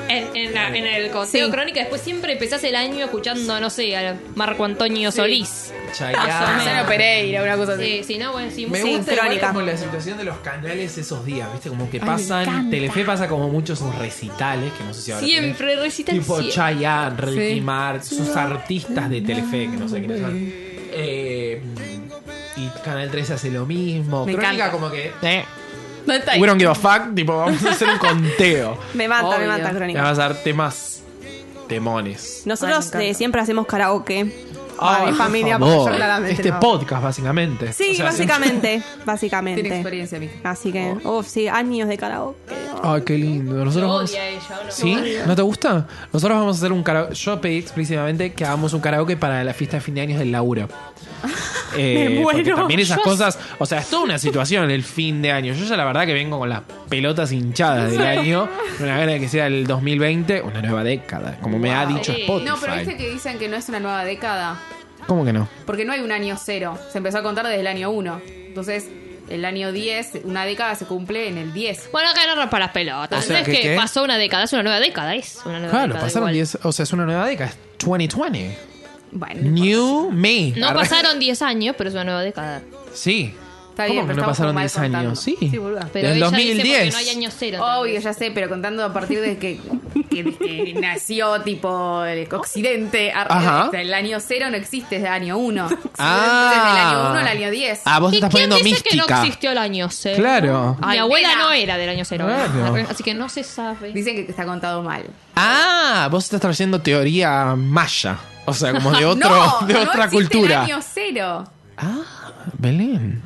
Speaker 4: En, en la- en el conteo
Speaker 2: Sí.
Speaker 4: Crónica, después siempre empezás el año escuchando, no sé, a Marco Antonio Solís.
Speaker 1: Chayanne.
Speaker 2: Marcelo Pereira, una cosa así.
Speaker 4: Sí, sí, no, bueno, sí.
Speaker 1: Me
Speaker 3: Sí,
Speaker 1: gusta igual
Speaker 3: crónica.
Speaker 1: como la situación de los canales esos días, ¿viste? Como que pasan. Telefe pasa como muchos sus recitales, que no sé si ahora.
Speaker 4: Siempre
Speaker 1: tenés.
Speaker 4: recitan
Speaker 1: Tipo
Speaker 4: siempre.
Speaker 1: Chayanne, Ricky
Speaker 2: Sí.
Speaker 1: Martin, sus artistas de Telefe, que no sé quiénes son. Eh, y Canal 13 hace lo mismo.
Speaker 2: Me
Speaker 1: Crónica,
Speaker 2: encanta.
Speaker 1: como que. Eh,
Speaker 2: ¿Dónde está ahí?
Speaker 1: we don't give a fuck. Tipo, vamos a hacer un conteo.
Speaker 3: Me mata, me
Speaker 2: Obvio.
Speaker 3: mata
Speaker 1: Y
Speaker 3: Crónica.
Speaker 1: vas a dar temas. Temones.
Speaker 3: Nosotros
Speaker 2: Ay, me encanta.
Speaker 3: eh, siempre hacemos karaoke. Para
Speaker 1: Ay,
Speaker 3: mi familia,
Speaker 1: por
Speaker 3: porque
Speaker 1: favor.
Speaker 3: yo claramente
Speaker 1: Este
Speaker 3: no.
Speaker 1: podcast, básicamente.
Speaker 3: Sí,
Speaker 1: O sea,
Speaker 3: básicamente.
Speaker 2: Tiene
Speaker 3: Básicamente.
Speaker 2: experiencia, mija.
Speaker 3: Así que, uff, sí, años de karaoke.
Speaker 1: Ay, qué lindo. Nosotros vamos-
Speaker 4: Odia a ella, ¿o no?
Speaker 1: ¿Sí? ¿No te gusta? Nosotros vamos a hacer un karaoke. Yo pedí explícitamente que hagamos un karaoke para la fiesta de fin de años del laburo. Eh,
Speaker 3: Me
Speaker 1: porque
Speaker 3: muero.
Speaker 1: también esas
Speaker 3: Yo-
Speaker 1: cosas, o sea, es toda una situación el fin de año. Yo ya la verdad que vengo con las pelotas hinchadas del año, una gana de que sea el 2020, una nueva década, como me ha dicho
Speaker 4: Sí.
Speaker 1: Spotify.
Speaker 2: No, pero viste que dicen que no es una nueva década.
Speaker 1: ¿Cómo que no?
Speaker 2: Porque no hay un año cero. Se empezó a contar desde el año uno. Entonces, el año 10, una década se cumple en el 10.
Speaker 4: Bueno, acá no rompa las
Speaker 1: O
Speaker 4: pelotas.
Speaker 1: sea,
Speaker 4: no es
Speaker 1: que
Speaker 4: que,
Speaker 1: qué?
Speaker 4: pasó una década, es una nueva década, es una nueva
Speaker 1: Claro,
Speaker 4: década.
Speaker 1: pasaron
Speaker 4: igual.
Speaker 1: 10, o sea, es una nueva década, es 2020.
Speaker 2: Bueno. no importa.
Speaker 1: New me.
Speaker 4: No
Speaker 1: Arre-
Speaker 4: pasaron 10 años, pero es una nueva década.
Speaker 1: Sí.
Speaker 2: Está
Speaker 1: ¿Cómo
Speaker 2: bien,
Speaker 1: que
Speaker 2: pero
Speaker 1: no
Speaker 2: estamos
Speaker 1: pasaron
Speaker 2: como mal
Speaker 1: 10 años?
Speaker 2: contando.
Speaker 1: Sí.
Speaker 2: Sí, boluda.
Speaker 4: Pero
Speaker 1: Del
Speaker 4: ella
Speaker 1: 2010.
Speaker 4: dice porque no hay año cero.
Speaker 2: Obvio, ya sé, pero contando a partir de que, que desde que nació tipo el Occidente, ar-
Speaker 1: Ajá.
Speaker 2: desde el año cero no existe, es el año uno.
Speaker 1: Ah.
Speaker 2: Desde el año uno al año 10.
Speaker 1: Ah, vos te estás
Speaker 4: quién
Speaker 1: poniendo
Speaker 4: dice que no
Speaker 1: mística.
Speaker 4: existió el año cero?
Speaker 1: Claro.
Speaker 4: Mi
Speaker 2: Ay,
Speaker 4: abuela
Speaker 2: nena.
Speaker 4: no era del año cero.
Speaker 1: Claro.
Speaker 4: Así que no se sabe.
Speaker 2: Dicen que está contado mal.
Speaker 1: Ah, vos estás trayendo teoría maya. O sea, como de otro,
Speaker 2: no,
Speaker 1: de
Speaker 2: no
Speaker 1: otra
Speaker 2: existe
Speaker 1: cultura.
Speaker 2: El año cero.
Speaker 1: Ah, Belén.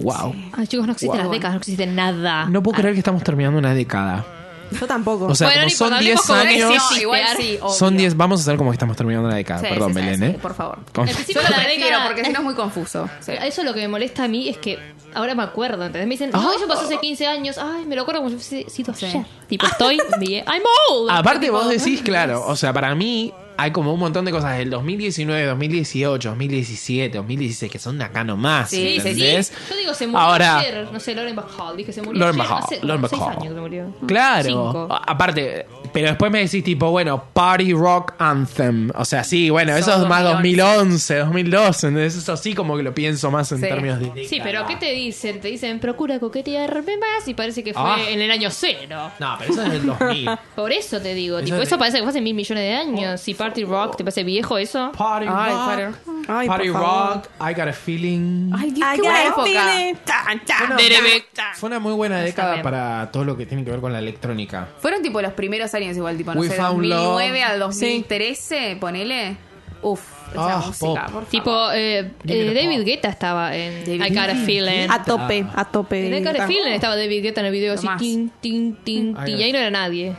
Speaker 1: Wow.
Speaker 4: Ay, chicos, no existen
Speaker 2: Guau.
Speaker 4: las décadas, no existe nada.
Speaker 1: No
Speaker 2: Ah.
Speaker 1: puedo creer que estamos terminando una década.
Speaker 3: Yo tampoco.
Speaker 1: O sea,
Speaker 4: Bueno,
Speaker 1: como
Speaker 4: ni
Speaker 1: son
Speaker 4: cuando
Speaker 1: 10
Speaker 4: hablemos con
Speaker 1: años.
Speaker 4: Alexis,
Speaker 2: igual
Speaker 4: pegar.
Speaker 2: sí. obvio.
Speaker 1: Son 10. Vamos a hacer como que estamos terminando una década.
Speaker 2: Sí,
Speaker 1: Perdón,
Speaker 2: sí, sí,
Speaker 1: Belén,
Speaker 2: sí,
Speaker 1: ¿eh?
Speaker 2: por favor.
Speaker 1: Con-
Speaker 4: El
Speaker 2: Yo
Speaker 4: principio de
Speaker 2: lo
Speaker 4: la
Speaker 2: prefiero
Speaker 4: década.
Speaker 2: porque si no es muy confuso. Sí.
Speaker 4: Ah, Eso es lo que me molesta a mí, es que ahora me acuerdo, ¿entendés? Me dicen,
Speaker 1: Ah.
Speaker 4: no, eso pasó hace 15 años. Ay, me lo acuerdo como si hubiese sido
Speaker 2: Sí.
Speaker 4: ayer. Tipo, estoy, dije, I'm old.
Speaker 1: Aparte,
Speaker 4: Tipo,
Speaker 1: vos decís, claro. O sea, para mí hay como un montón de cosas del 2019, 2018, 2017, 2016 que son de acá nomás.
Speaker 4: Sí, sí,
Speaker 1: ¿entendés?
Speaker 4: sí. Yo digo, se murió
Speaker 1: Ahora,
Speaker 4: ayer. No sé, Loren Bacall. Dije, se murió
Speaker 1: Lauren
Speaker 4: ayer.
Speaker 1: Bacall,
Speaker 4: Hace
Speaker 1: Lauren
Speaker 4: seis
Speaker 1: Bacall.
Speaker 4: años que murió.
Speaker 1: Claro. Ah,
Speaker 4: Cinco.
Speaker 1: A- Aparte, pero después me decís tipo, bueno, Party Rock Anthem. O sea, sí, bueno, eso es más 2011, 2012. ¿entendés? Eso sí como que lo pienso más en
Speaker 2: Sí.
Speaker 1: términos de...
Speaker 4: Sí, pero ¿qué te dicen? Te dicen, procura coquetearme más y parece que fue
Speaker 1: Ah.
Speaker 4: en el año cero.
Speaker 1: No, pero eso es del 2000.
Speaker 4: Por eso te digo,
Speaker 1: Eso
Speaker 4: tipo,
Speaker 1: es
Speaker 4: eso
Speaker 1: de-
Speaker 4: parece que fue hace mil millones de años. Si Party Rock te parece viejo eso.
Speaker 1: Party
Speaker 2: Ay,
Speaker 1: Rock.
Speaker 3: Ay,
Speaker 1: party
Speaker 3: por favor.
Speaker 1: Rock, I Got a Feeling.
Speaker 2: Ay, Dios,
Speaker 3: Ay,
Speaker 2: qué buena
Speaker 3: qué
Speaker 2: época.
Speaker 3: feeling. Tan, tan,
Speaker 1: Bueno,
Speaker 3: tan, tan.
Speaker 1: Fue una muy buena década
Speaker 4: bien.
Speaker 1: para todo lo que tiene que ver con la electrónica.
Speaker 2: Fueron tipo los primeros años igual, tipo, no
Speaker 1: We
Speaker 2: sé,
Speaker 1: Found
Speaker 2: 2009
Speaker 1: Love.
Speaker 2: al 2013, ponele. Uf, esa
Speaker 1: Ah,
Speaker 2: música,
Speaker 1: pop.
Speaker 2: por favor.
Speaker 4: Tipo, eh,
Speaker 1: Give me
Speaker 4: eh,
Speaker 1: the
Speaker 4: David
Speaker 1: pop.
Speaker 4: Guetta estaba en
Speaker 2: David
Speaker 4: I Got a
Speaker 2: Guetta. Ah,
Speaker 4: Feeling.
Speaker 3: A tope, a tope.
Speaker 4: En I Got a Feeling estaba David Guetta en el video
Speaker 2: Lo
Speaker 4: así,
Speaker 2: más.
Speaker 4: tin, tin, tin,
Speaker 1: Ay,
Speaker 4: tin.
Speaker 1: Dios.
Speaker 4: Y ahí no era nadie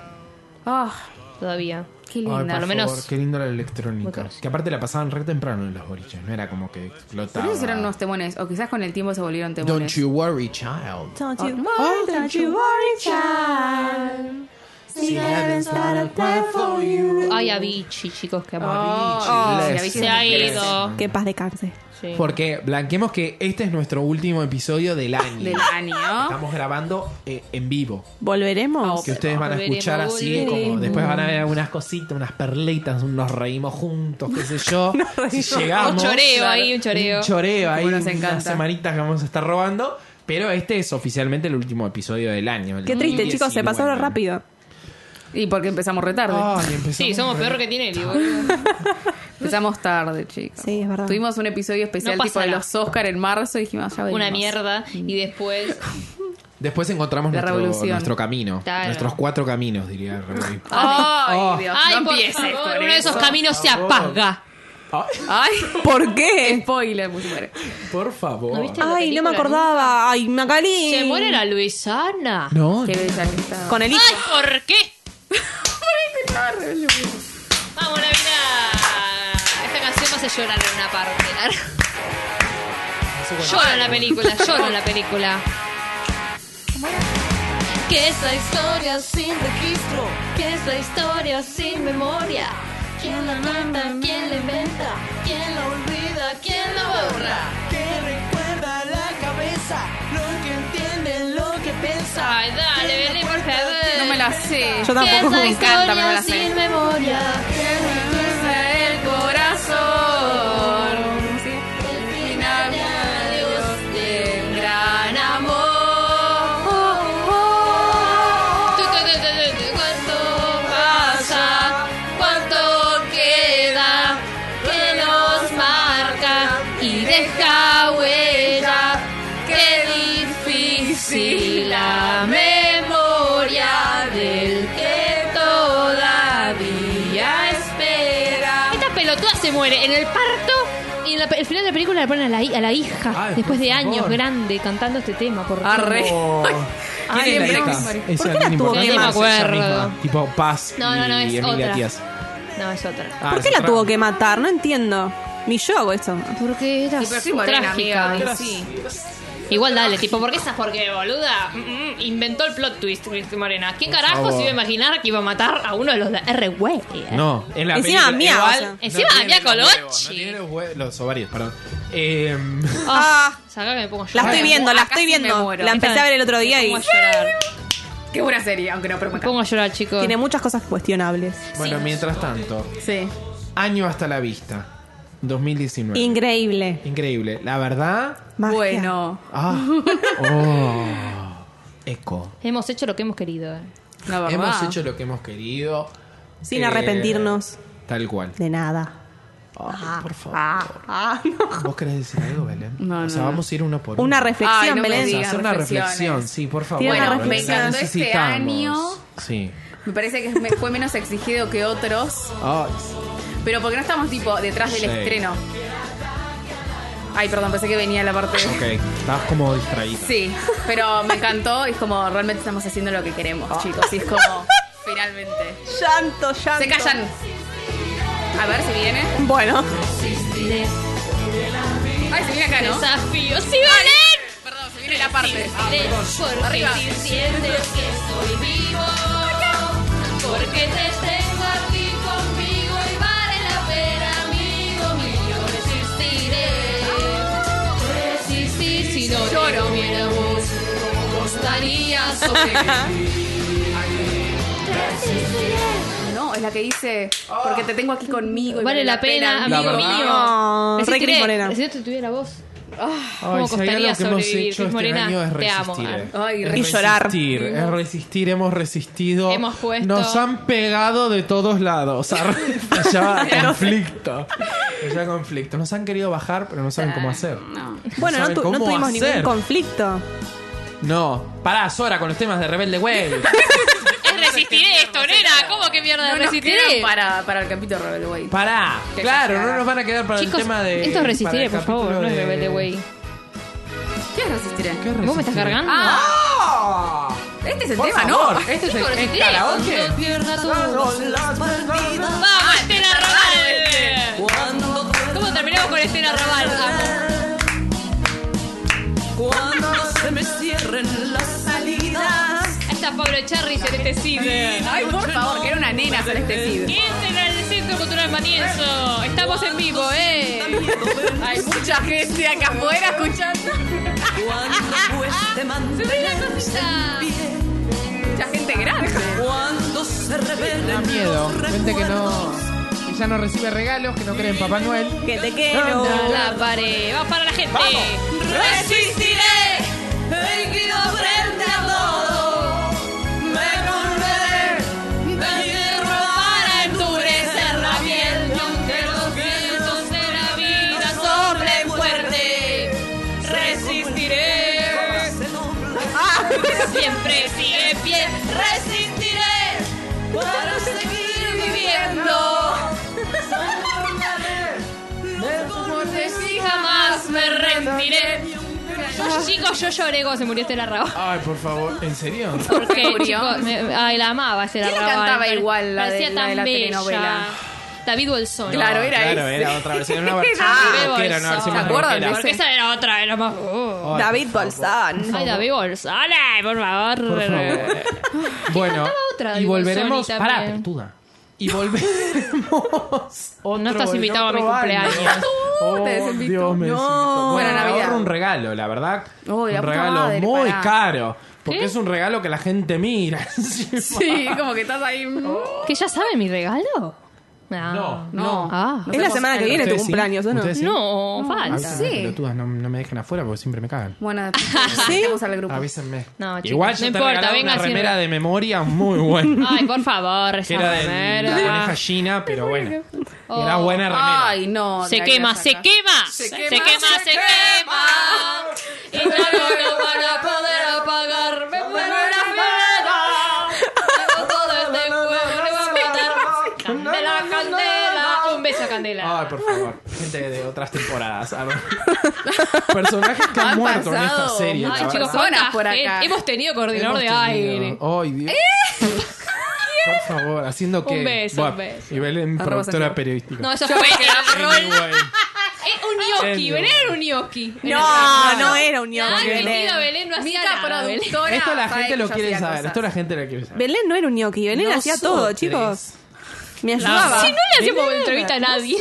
Speaker 2: Ah,
Speaker 4: todavía.
Speaker 2: qué
Speaker 1: Ay, por
Speaker 2: linda.
Speaker 1: favor,
Speaker 4: menos-
Speaker 1: qué lindo la
Speaker 4: Muy
Speaker 1: electrónica.
Speaker 4: conocido.
Speaker 1: Que aparte la pasaban re temprano en los boliches, no era como que explotaba.
Speaker 2: Pero esos eran unos temones, o quizás con el tiempo se volvieron
Speaker 1: Don't
Speaker 2: temones.
Speaker 1: you worry, child.
Speaker 3: Don't you
Speaker 2: Oh.
Speaker 3: worry, don't you worry, child.
Speaker 1: See heaven's got a plan for you.
Speaker 4: Ay, Avicii, chicos, qué amor.
Speaker 2: Oh,
Speaker 1: Bless.
Speaker 2: sí, Avicii
Speaker 4: Se
Speaker 2: es
Speaker 4: ha
Speaker 2: un
Speaker 4: ido.
Speaker 2: desastre.
Speaker 3: Qué paz descanse.
Speaker 4: Sí.
Speaker 1: Porque blanqueemos que este es nuestro último episodio del año.
Speaker 2: Del año.
Speaker 1: Estamos grabando eh, en vivo.
Speaker 2: Oh,
Speaker 3: Volveremos.
Speaker 1: Que ustedes van a
Speaker 4: Volveremos,
Speaker 1: escuchar así, como
Speaker 4: volveremos.
Speaker 1: después van a ver algunas cositas, unas perlitas, nos reímos juntos, qué sé yo. si llegamos.
Speaker 4: Un Oh, choreo ahí, un choreo.
Speaker 1: Un choreo ahí,
Speaker 2: Como nos encanta.
Speaker 1: unas semanitas que vamos a estar robando. Pero este es oficialmente el último episodio del año. el
Speaker 3: Qué triste, chicos, se pasó
Speaker 1: 2019.
Speaker 3: rápido.
Speaker 2: Y porque empezamos retarde.
Speaker 1: Ay, empezamos
Speaker 4: Sí, somos
Speaker 1: re-
Speaker 4: peor que Tinelli, boludo.
Speaker 2: Empezamos tarde, chicos.
Speaker 3: Sí, es verdad.
Speaker 2: Tuvimos un episodio especial
Speaker 4: No
Speaker 2: tipo de
Speaker 4: pasará.
Speaker 2: los Oscar en marzo y dijimos, ya venimos.
Speaker 4: Una mierda. Y después.
Speaker 1: Después encontramos
Speaker 2: La
Speaker 1: nuestro,
Speaker 2: revolución.
Speaker 1: nuestro camino.
Speaker 4: Claro.
Speaker 1: Nuestros cuatro caminos, diría Revolución.
Speaker 2: Ay,
Speaker 1: Oh.
Speaker 2: Dios,
Speaker 4: Ay,
Speaker 2: no
Speaker 4: por
Speaker 2: empieces
Speaker 4: favor,
Speaker 2: con
Speaker 4: uno de esos
Speaker 2: eso.
Speaker 4: caminos se
Speaker 1: Por favor.
Speaker 4: apaga.
Speaker 2: Ay,
Speaker 3: ¿Por qué?
Speaker 2: spoiler, pues, muy bueno.
Speaker 1: Por favor.
Speaker 4: ¿No viste?
Speaker 3: Ay, no me
Speaker 4: película
Speaker 3: acordaba. Ay, Macalí.
Speaker 4: Se muere la Luisana.
Speaker 1: No,
Speaker 2: Qué bella que está.
Speaker 3: Con el hijo.
Speaker 4: Ay, ¿por qué? Vamos, la vida. Esta canción me hace llorar en una parte. Lloro en la película, lloro en la película. ¿Qué es la historia sin registro? ¿Qué es la historia sin memoria? ¿Quién la manda? ¿Quién la inventa? ¿Quién la olvida? ¿Quién la borra? ¿Qué recuerda la cabeza? Lo que entiende, lo que piensa. Ay, dale, Belén, por favor.
Speaker 2: No me la sé.
Speaker 3: Yo tampoco.
Speaker 2: Ah, Me encanta, pero me la sé.
Speaker 4: sin memoria.
Speaker 2: el corazón.
Speaker 4: se muere en el parto y en la- el final de la película le ponen a la, hi- a la hija,
Speaker 1: Ay,
Speaker 4: después de
Speaker 1: Ah, por
Speaker 4: años,
Speaker 1: favor.
Speaker 4: grande, cantando este tema. Por
Speaker 2: Arre.
Speaker 1: ¿Quién
Speaker 2: Ay,
Speaker 1: es la
Speaker 2: no,
Speaker 1: hija?
Speaker 2: Mari.
Speaker 1: Esa
Speaker 3: ¿Por qué la
Speaker 1: ni
Speaker 3: tuvo
Speaker 1: importa,
Speaker 3: que
Speaker 1: no es ella
Speaker 4: matar? No me acuerdo.
Speaker 1: misma. Tipo Paz
Speaker 4: No, no, no,
Speaker 1: y
Speaker 4: es
Speaker 1: Emilia
Speaker 4: otra.
Speaker 1: Tías.
Speaker 4: No, es otra.
Speaker 1: Ah,
Speaker 3: ¿Por qué
Speaker 1: es
Speaker 3: la
Speaker 1: otra.
Speaker 3: tuvo que matar? No entiendo. Mi show esto.
Speaker 4: Porque era
Speaker 2: Y pero sí morena,
Speaker 4: trágica.
Speaker 2: amiga, y sí.
Speaker 4: Igual dale, tipo, porque esas porque, boluda, Mm, mm, inventó el plot twist, Luis Morena. ¿Quién carajo
Speaker 1: favor.
Speaker 4: se iba a imaginar que iba a matar a uno de los de R güey?
Speaker 1: No, en la
Speaker 3: Encima
Speaker 1: película-
Speaker 3: mía,
Speaker 1: igual,
Speaker 3: o sea.
Speaker 1: no
Speaker 4: Encima
Speaker 1: tiene
Speaker 4: mía
Speaker 1: los huevos,
Speaker 4: Colochi.
Speaker 1: no tiene los huevos- los ovarios, perdón. Em,
Speaker 4: Ah,
Speaker 3: Ah.
Speaker 4: sacá que me pongo a
Speaker 3: La
Speaker 4: llorar.
Speaker 3: estoy viendo, la
Speaker 2: Acá
Speaker 3: estoy
Speaker 2: sí me
Speaker 3: viendo.
Speaker 2: muero.
Speaker 3: La empecé a ver el otro día
Speaker 4: Me
Speaker 3: y
Speaker 4: pongo a llorar.
Speaker 2: Qué buena serie, aunque no
Speaker 4: Me
Speaker 2: preocupa.
Speaker 4: pongo a llorar, chicos.
Speaker 3: tiene muchas cosas cuestionables.
Speaker 1: bueno, mientras tanto,
Speaker 2: Sí.
Speaker 1: año hasta la vista, 2019.
Speaker 3: Increíble.
Speaker 1: Increíble, la verdad.
Speaker 3: Magia.
Speaker 2: Bueno,
Speaker 1: Ah, oh, eco.
Speaker 4: Hemos hecho lo que hemos querido. eh.
Speaker 2: la verdad.
Speaker 1: Hemos hecho lo que hemos querido. eh,
Speaker 3: Sin arrepentirnos.
Speaker 1: Tal cual.
Speaker 3: De nada.
Speaker 2: Ah.
Speaker 3: Ah,
Speaker 1: Ay, por favor. ¿Vos querés decir algo, Belén?
Speaker 2: No,
Speaker 1: o sea,
Speaker 2: no,
Speaker 1: vamos a ir uno por uno.
Speaker 3: Una reflexión,
Speaker 2: Ay, no me
Speaker 1: O
Speaker 3: Belén.
Speaker 1: sea,
Speaker 2: digas.
Speaker 1: hacer una
Speaker 2: reflexiones.
Speaker 1: reflexión, sí, por favor.
Speaker 3: Tiene una
Speaker 1: Belén,
Speaker 3: reflexión.
Speaker 1: la
Speaker 3: Me
Speaker 2: encantó este
Speaker 1: necesitamos.
Speaker 2: año.
Speaker 1: Sí.
Speaker 2: Me parece que me- fue menos exigido que otros,
Speaker 1: Ay,
Speaker 2: pero porque no estamos tipo detrás del
Speaker 1: Sí.
Speaker 2: estreno. Ay, perdón, pensé que venía la parte de...
Speaker 1: ok, estabas como distraída.
Speaker 2: Sí, pero me encantó y es como realmente estamos haciendo lo que queremos, chicos. Y es como, finalmente.
Speaker 3: Llanto, llanto.
Speaker 2: Se callan. A ver si viene.
Speaker 3: Bueno.
Speaker 2: Ay, se viene acá, ¿no?
Speaker 4: Desafío. ¡Sí, Belén!
Speaker 2: Perdón, se viene la parte.
Speaker 4: Porque
Speaker 2: Arriba.
Speaker 4: si sientes que estoy vivo, porque te tengo aquí conmigo y vale la pena, amigo mío, resistiré. Resistir si no te
Speaker 2: Lloro.
Speaker 4: tuviéramos, ¿cómo estaría sobre mí?
Speaker 2: No, es la que dice, porque te tengo aquí conmigo. y
Speaker 4: Vale la pena,
Speaker 1: La
Speaker 4: amigo
Speaker 1: verdad.
Speaker 4: mío.
Speaker 3: No, re
Speaker 4: Resistiré.
Speaker 3: Cris Morena.
Speaker 4: Si yo te tuviera voz.
Speaker 1: Ay,
Speaker 4: ¿Cómo
Speaker 1: si hay
Speaker 4: costaría
Speaker 1: algo que hemos
Speaker 4: sobrevivir,
Speaker 1: hecho
Speaker 4: Cris
Speaker 1: este
Speaker 4: Morena?
Speaker 1: año es
Speaker 4: Te amo.
Speaker 1: resistir. eh.
Speaker 2: Ay,
Speaker 1: es
Speaker 2: y
Speaker 3: llorar.
Speaker 1: Resistir, es resistir, hemos resistido.
Speaker 4: Hemos puesto-
Speaker 1: Nos han pegado de todos lados. Ar- Allá conflicto. Allá conflicto. Nos han querido bajar, pero no saben
Speaker 4: Ah,
Speaker 1: cómo hacer.
Speaker 2: No.
Speaker 3: Bueno, no,
Speaker 1: saben
Speaker 3: tu- no
Speaker 1: cómo
Speaker 3: tuvimos
Speaker 1: hacer.
Speaker 3: ningún conflicto.
Speaker 1: No, pará, Sora, con los temas de Rebelde Way.
Speaker 4: Es resistiré esto, nena. ¿Cómo que mierda
Speaker 2: No
Speaker 4: de
Speaker 2: nos quedan
Speaker 4: resistiré?
Speaker 2: para, para el campito rebel, güey.
Speaker 1: Pará,
Speaker 2: Qué
Speaker 1: claro,
Speaker 2: exagerada.
Speaker 1: no nos van a quedar para
Speaker 4: Chicos,
Speaker 1: el tema de.
Speaker 4: esto es resistiré,
Speaker 1: para
Speaker 4: por
Speaker 1: el
Speaker 4: favor. No
Speaker 1: capítulo
Speaker 4: es
Speaker 1: de-
Speaker 4: rebelde, güey.
Speaker 2: ¿Qué es resistiré?
Speaker 1: ¿Qué es
Speaker 4: ¿Vos me estás
Speaker 1: resistiré?
Speaker 4: cargando?
Speaker 1: ¡Ah!
Speaker 2: Este es el
Speaker 1: Por
Speaker 2: tema,
Speaker 1: favor,
Speaker 2: ¿no?
Speaker 1: Este es
Speaker 4: Hijo,
Speaker 1: el, el
Speaker 4: resistiré.
Speaker 1: karaoke.
Speaker 4: Cuando pierda todo.
Speaker 1: Las-
Speaker 4: ¡Vamos, Estela Raval! ¿Cómo terminamos con Estela Raval? Amo. A esta pobre Cherry se le decide.
Speaker 2: Ay, por favor, que era una nena celestecida.
Speaker 4: Entren al Centro Cultural Matienzo. Estamos en vivo, ¿eh?
Speaker 2: Hay mucha gente acá afuera escuchando.
Speaker 4: Se ve la cosita.
Speaker 2: Mucha gente grande.
Speaker 1: Da miedo. Gente que no. Que ya no recibe regalos, que no cree en Papá Noel.
Speaker 3: Que te quiero.
Speaker 1: Anda.
Speaker 4: La pared. Va para la gente.
Speaker 5: Resistiré, erguido frente a todo. Me volveré de hierro para endurecer la piel. Y aunque los vientos de la vida sobre fuerte, resistiré.
Speaker 4: Siempre sigue en pie.
Speaker 5: Resistiré para seguir viviendo.
Speaker 4: Y jamás me rendiré. Yo, chicos, yo lloré cuando se murió Estela Raval.
Speaker 1: Ay, por favor, ¿en serio?
Speaker 4: Porque,
Speaker 2: murió?
Speaker 4: chicos, me- ay, la amaba Estela
Speaker 2: ¿Quién la
Speaker 4: Raval.
Speaker 2: cantaba
Speaker 4: Pare-
Speaker 2: igual, la de-
Speaker 4: parecía
Speaker 2: la de
Speaker 4: tan
Speaker 2: la
Speaker 4: bella.
Speaker 2: telenovela?
Speaker 4: David Bolsón.
Speaker 2: Claro, era
Speaker 1: Claro,
Speaker 2: ese.
Speaker 1: era otra versión. Era una versión
Speaker 2: Ah,
Speaker 1: rockera,
Speaker 4: David
Speaker 1: una
Speaker 4: Bolsón.
Speaker 1: versión
Speaker 2: ¿Se
Speaker 1: más
Speaker 2: acuerdan de
Speaker 1: rockera.
Speaker 4: Porque esa era otra, era más. oh.
Speaker 1: Ay,
Speaker 3: David Bolsán.
Speaker 4: Ay, David Bolsón. Ay, por favor.
Speaker 1: Por favor. Bueno,
Speaker 4: otra de
Speaker 1: y volveremos.
Speaker 4: Bolsoni
Speaker 1: Pará,
Speaker 4: también.
Speaker 1: pelotuda. Y volveremos.
Speaker 4: No estás
Speaker 1: en
Speaker 4: invitado a mi
Speaker 1: otro año.
Speaker 4: cumpleaños.
Speaker 1: Oh,
Speaker 2: Te desinvito.
Speaker 1: Dios me
Speaker 2: No.
Speaker 1: desinvito.
Speaker 2: Buena
Speaker 1: Bueno, Oh,
Speaker 2: Navidad.
Speaker 1: ahorro un regalo, la verdad.
Speaker 2: Uy, la
Speaker 1: un
Speaker 2: puta
Speaker 1: regalo
Speaker 2: madre,
Speaker 1: muy
Speaker 2: pará.
Speaker 1: caro. Porque
Speaker 4: ¿Qué?
Speaker 1: es un regalo que la gente mira.
Speaker 2: Sí, como que estás ahí.
Speaker 4: ¿Que ya sabe mi regalo? No.
Speaker 1: No,
Speaker 2: No.
Speaker 1: no.
Speaker 4: Ah.
Speaker 2: No
Speaker 3: Es la
Speaker 2: somos-
Speaker 3: semana que viene tu
Speaker 1: ¿Ustedes sí?
Speaker 3: cumpleaños, ¿o no?
Speaker 1: ¿Ustedes sí?
Speaker 4: No,
Speaker 1: Ay,
Speaker 4: falta.
Speaker 1: esas
Speaker 2: Sí.
Speaker 1: pelotudas no, no me dejen afuera porque siempre me cagan.
Speaker 2: Bueno, vamos al
Speaker 1: Ah,
Speaker 2: grupo.
Speaker 1: Avísenme.
Speaker 4: No, chicos,
Speaker 1: Igual
Speaker 4: no
Speaker 1: yo te
Speaker 4: importa,
Speaker 1: regalaba
Speaker 4: venga,
Speaker 1: una
Speaker 4: sin-
Speaker 1: remera de memoria muy buena.
Speaker 4: Ay, por favor,
Speaker 1: que
Speaker 4: esa
Speaker 1: era de la
Speaker 4: remera.
Speaker 1: coneja Gina, pero bueno.
Speaker 4: Oh.
Speaker 1: Era buena remera.
Speaker 2: Ay, no.
Speaker 4: Se
Speaker 2: la
Speaker 4: quema,
Speaker 2: que
Speaker 4: se
Speaker 2: saca.
Speaker 4: quema,
Speaker 2: Se
Speaker 4: se
Speaker 2: quema,
Speaker 4: quema, se quema,
Speaker 2: se
Speaker 4: Y no van a poder apagar. Me muero la pena. Tengo todo este fuego, le voy a matar. Dame la candela. Un beso esa candela.
Speaker 1: Ay, por favor. Gente de otras temporadas. a ver. Personajes que han,
Speaker 2: Han
Speaker 1: muerto en esta
Speaker 2: pasado
Speaker 1: serie.
Speaker 2: muchas
Speaker 1: la verdad.
Speaker 4: Ay, chicos,
Speaker 2: personas
Speaker 4: ¿cuántas
Speaker 2: por acá.
Speaker 4: Hemos tenido
Speaker 1: Hemos
Speaker 4: coordinador de
Speaker 1: tenido-
Speaker 4: aire.
Speaker 1: Ay, Dios. Por favor, haciendo que.
Speaker 4: beso, un
Speaker 1: Buah,
Speaker 4: beso.
Speaker 1: Y Belén,
Speaker 2: Arroba
Speaker 1: productora
Speaker 2: Santiago.
Speaker 1: periodística.
Speaker 4: No, eso fue el rol.
Speaker 1: Anyway.
Speaker 4: Es Eh, un gnocchi,
Speaker 1: Anyway.
Speaker 4: Belén era un gnocchi.
Speaker 3: No, no era un ñoqui.
Speaker 4: Ay,
Speaker 3: Belén.
Speaker 4: querida Belén no hacía
Speaker 2: Mica
Speaker 4: nada. Belén.
Speaker 2: productora.
Speaker 1: Esto la
Speaker 2: sabe
Speaker 1: gente
Speaker 2: que
Speaker 1: lo
Speaker 2: yo
Speaker 1: quiere
Speaker 2: hacía
Speaker 1: saber.
Speaker 2: cosas.
Speaker 1: Esto la gente lo quiere saber.
Speaker 3: Belén no era un ñoqui, Belén hacía todo,
Speaker 1: Nosotros.
Speaker 3: chicos. Me
Speaker 4: La-
Speaker 3: ayudaba.
Speaker 4: Sí, no le hacíamos entrevista a nadie.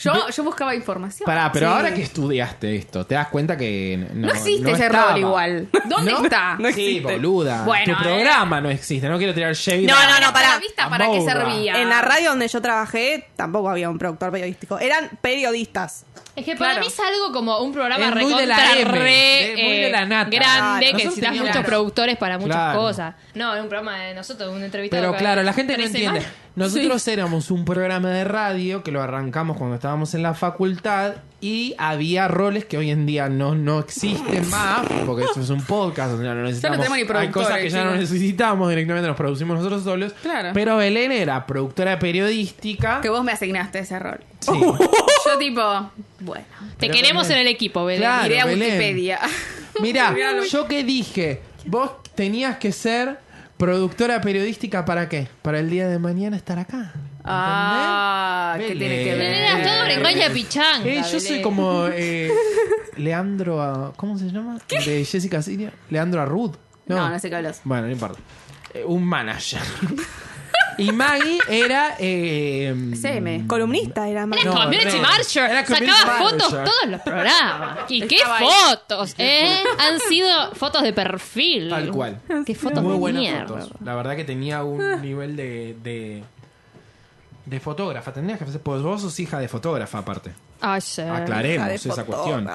Speaker 2: Yo, yo buscaba información.
Speaker 1: Pará, pero
Speaker 2: Sí.
Speaker 1: ahora que estudiaste esto, te das cuenta que n- no,
Speaker 2: No existe ese
Speaker 1: estaba.
Speaker 2: rol igual. ¿Dónde
Speaker 1: ¿No?
Speaker 2: está?
Speaker 3: No
Speaker 1: sí,
Speaker 3: existe.
Speaker 1: boluda.
Speaker 2: Bueno,
Speaker 1: tu
Speaker 2: eh.
Speaker 1: programa no existe. No quiero tirar Chevy.
Speaker 3: No, no, no,
Speaker 2: para
Speaker 3: pará.
Speaker 2: vista para qué
Speaker 1: Amorra.
Speaker 2: servía.
Speaker 3: En la radio donde yo trabajé tampoco había un productor periodístico. Eran periodistas.
Speaker 4: Es que para
Speaker 2: Claro.
Speaker 4: mí es algo como un programa
Speaker 1: Es muy de la
Speaker 4: recontra
Speaker 1: M,
Speaker 4: re,
Speaker 1: de- muy de
Speaker 4: eh,
Speaker 1: la nata.
Speaker 4: grande,
Speaker 1: Claro.
Speaker 4: que
Speaker 1: Nosotros
Speaker 4: necesitas
Speaker 1: teníamos-
Speaker 4: muchos
Speaker 1: Claro.
Speaker 4: productores para muchas
Speaker 1: Claro.
Speaker 4: cosas. No, era un programa de nosotros, un entrevistado.
Speaker 1: Pero
Speaker 4: cada
Speaker 1: claro, la gente no
Speaker 4: tres
Speaker 1: entiende.
Speaker 4: semanas.
Speaker 1: Nosotros éramos un programa de radio que lo arrancamos cuando estábamos en la facultad y había roles que hoy en día no, no existen más, porque esto es un podcast, o sea, no necesitamos.
Speaker 2: tenemos ni
Speaker 1: hay cosas que
Speaker 2: productores,
Speaker 1: ya no
Speaker 2: chicos.
Speaker 1: necesitamos, directamente nos producimos nosotros solos.
Speaker 2: Claro.
Speaker 1: Pero Belén era productora periodística.
Speaker 2: Que vos me asignaste ese rol.
Speaker 1: Sí.
Speaker 2: Yo tipo, bueno,
Speaker 4: Te
Speaker 1: Pero
Speaker 4: queremos
Speaker 1: Belén.
Speaker 4: en el equipo, Belén.
Speaker 1: Claro,
Speaker 2: iré a
Speaker 1: Belén.
Speaker 2: Wikipedia.
Speaker 1: Mirá,
Speaker 2: Mirá lo-
Speaker 1: yo que dije, vos tenías que ser productora periodística para qué? Para el día de mañana estar acá. ¿entendés?
Speaker 2: Ah, ¿qué tiene que
Speaker 1: Belén.
Speaker 2: ver?
Speaker 4: Era todo una engaña pichanga.
Speaker 1: Eh, yo soy
Speaker 4: Belén.
Speaker 1: como eh, Leandro, a- ¿cómo se llama? De Jessica Siria. Leandro Arrud.
Speaker 2: No, no sé qué hablas.
Speaker 1: Bueno, no importa. Eh, un manager. y Maggie era. Eh,
Speaker 2: CM.
Speaker 3: Columnista era más.
Speaker 4: Era
Speaker 1: No,
Speaker 4: community
Speaker 1: re.
Speaker 4: manager.
Speaker 1: Era community
Speaker 4: Sacaba
Speaker 1: manager.
Speaker 4: fotos todos los programas. ¿Y qué
Speaker 2: Estaba ahí.
Speaker 4: fotos? ¿eh? Han sido fotos de perfil.
Speaker 1: Este, Tal cual.
Speaker 4: Qué fotos
Speaker 1: Muy
Speaker 4: de
Speaker 1: buenas
Speaker 4: mierda. Ah.
Speaker 1: fotos. La verdad que tenía un nivel de. de de fotógrafa, tendrías que hacer. Pues vos sos hija de fotógrafa, aparte.
Speaker 4: Ay, sí.
Speaker 1: Aclaremos esa cuestión.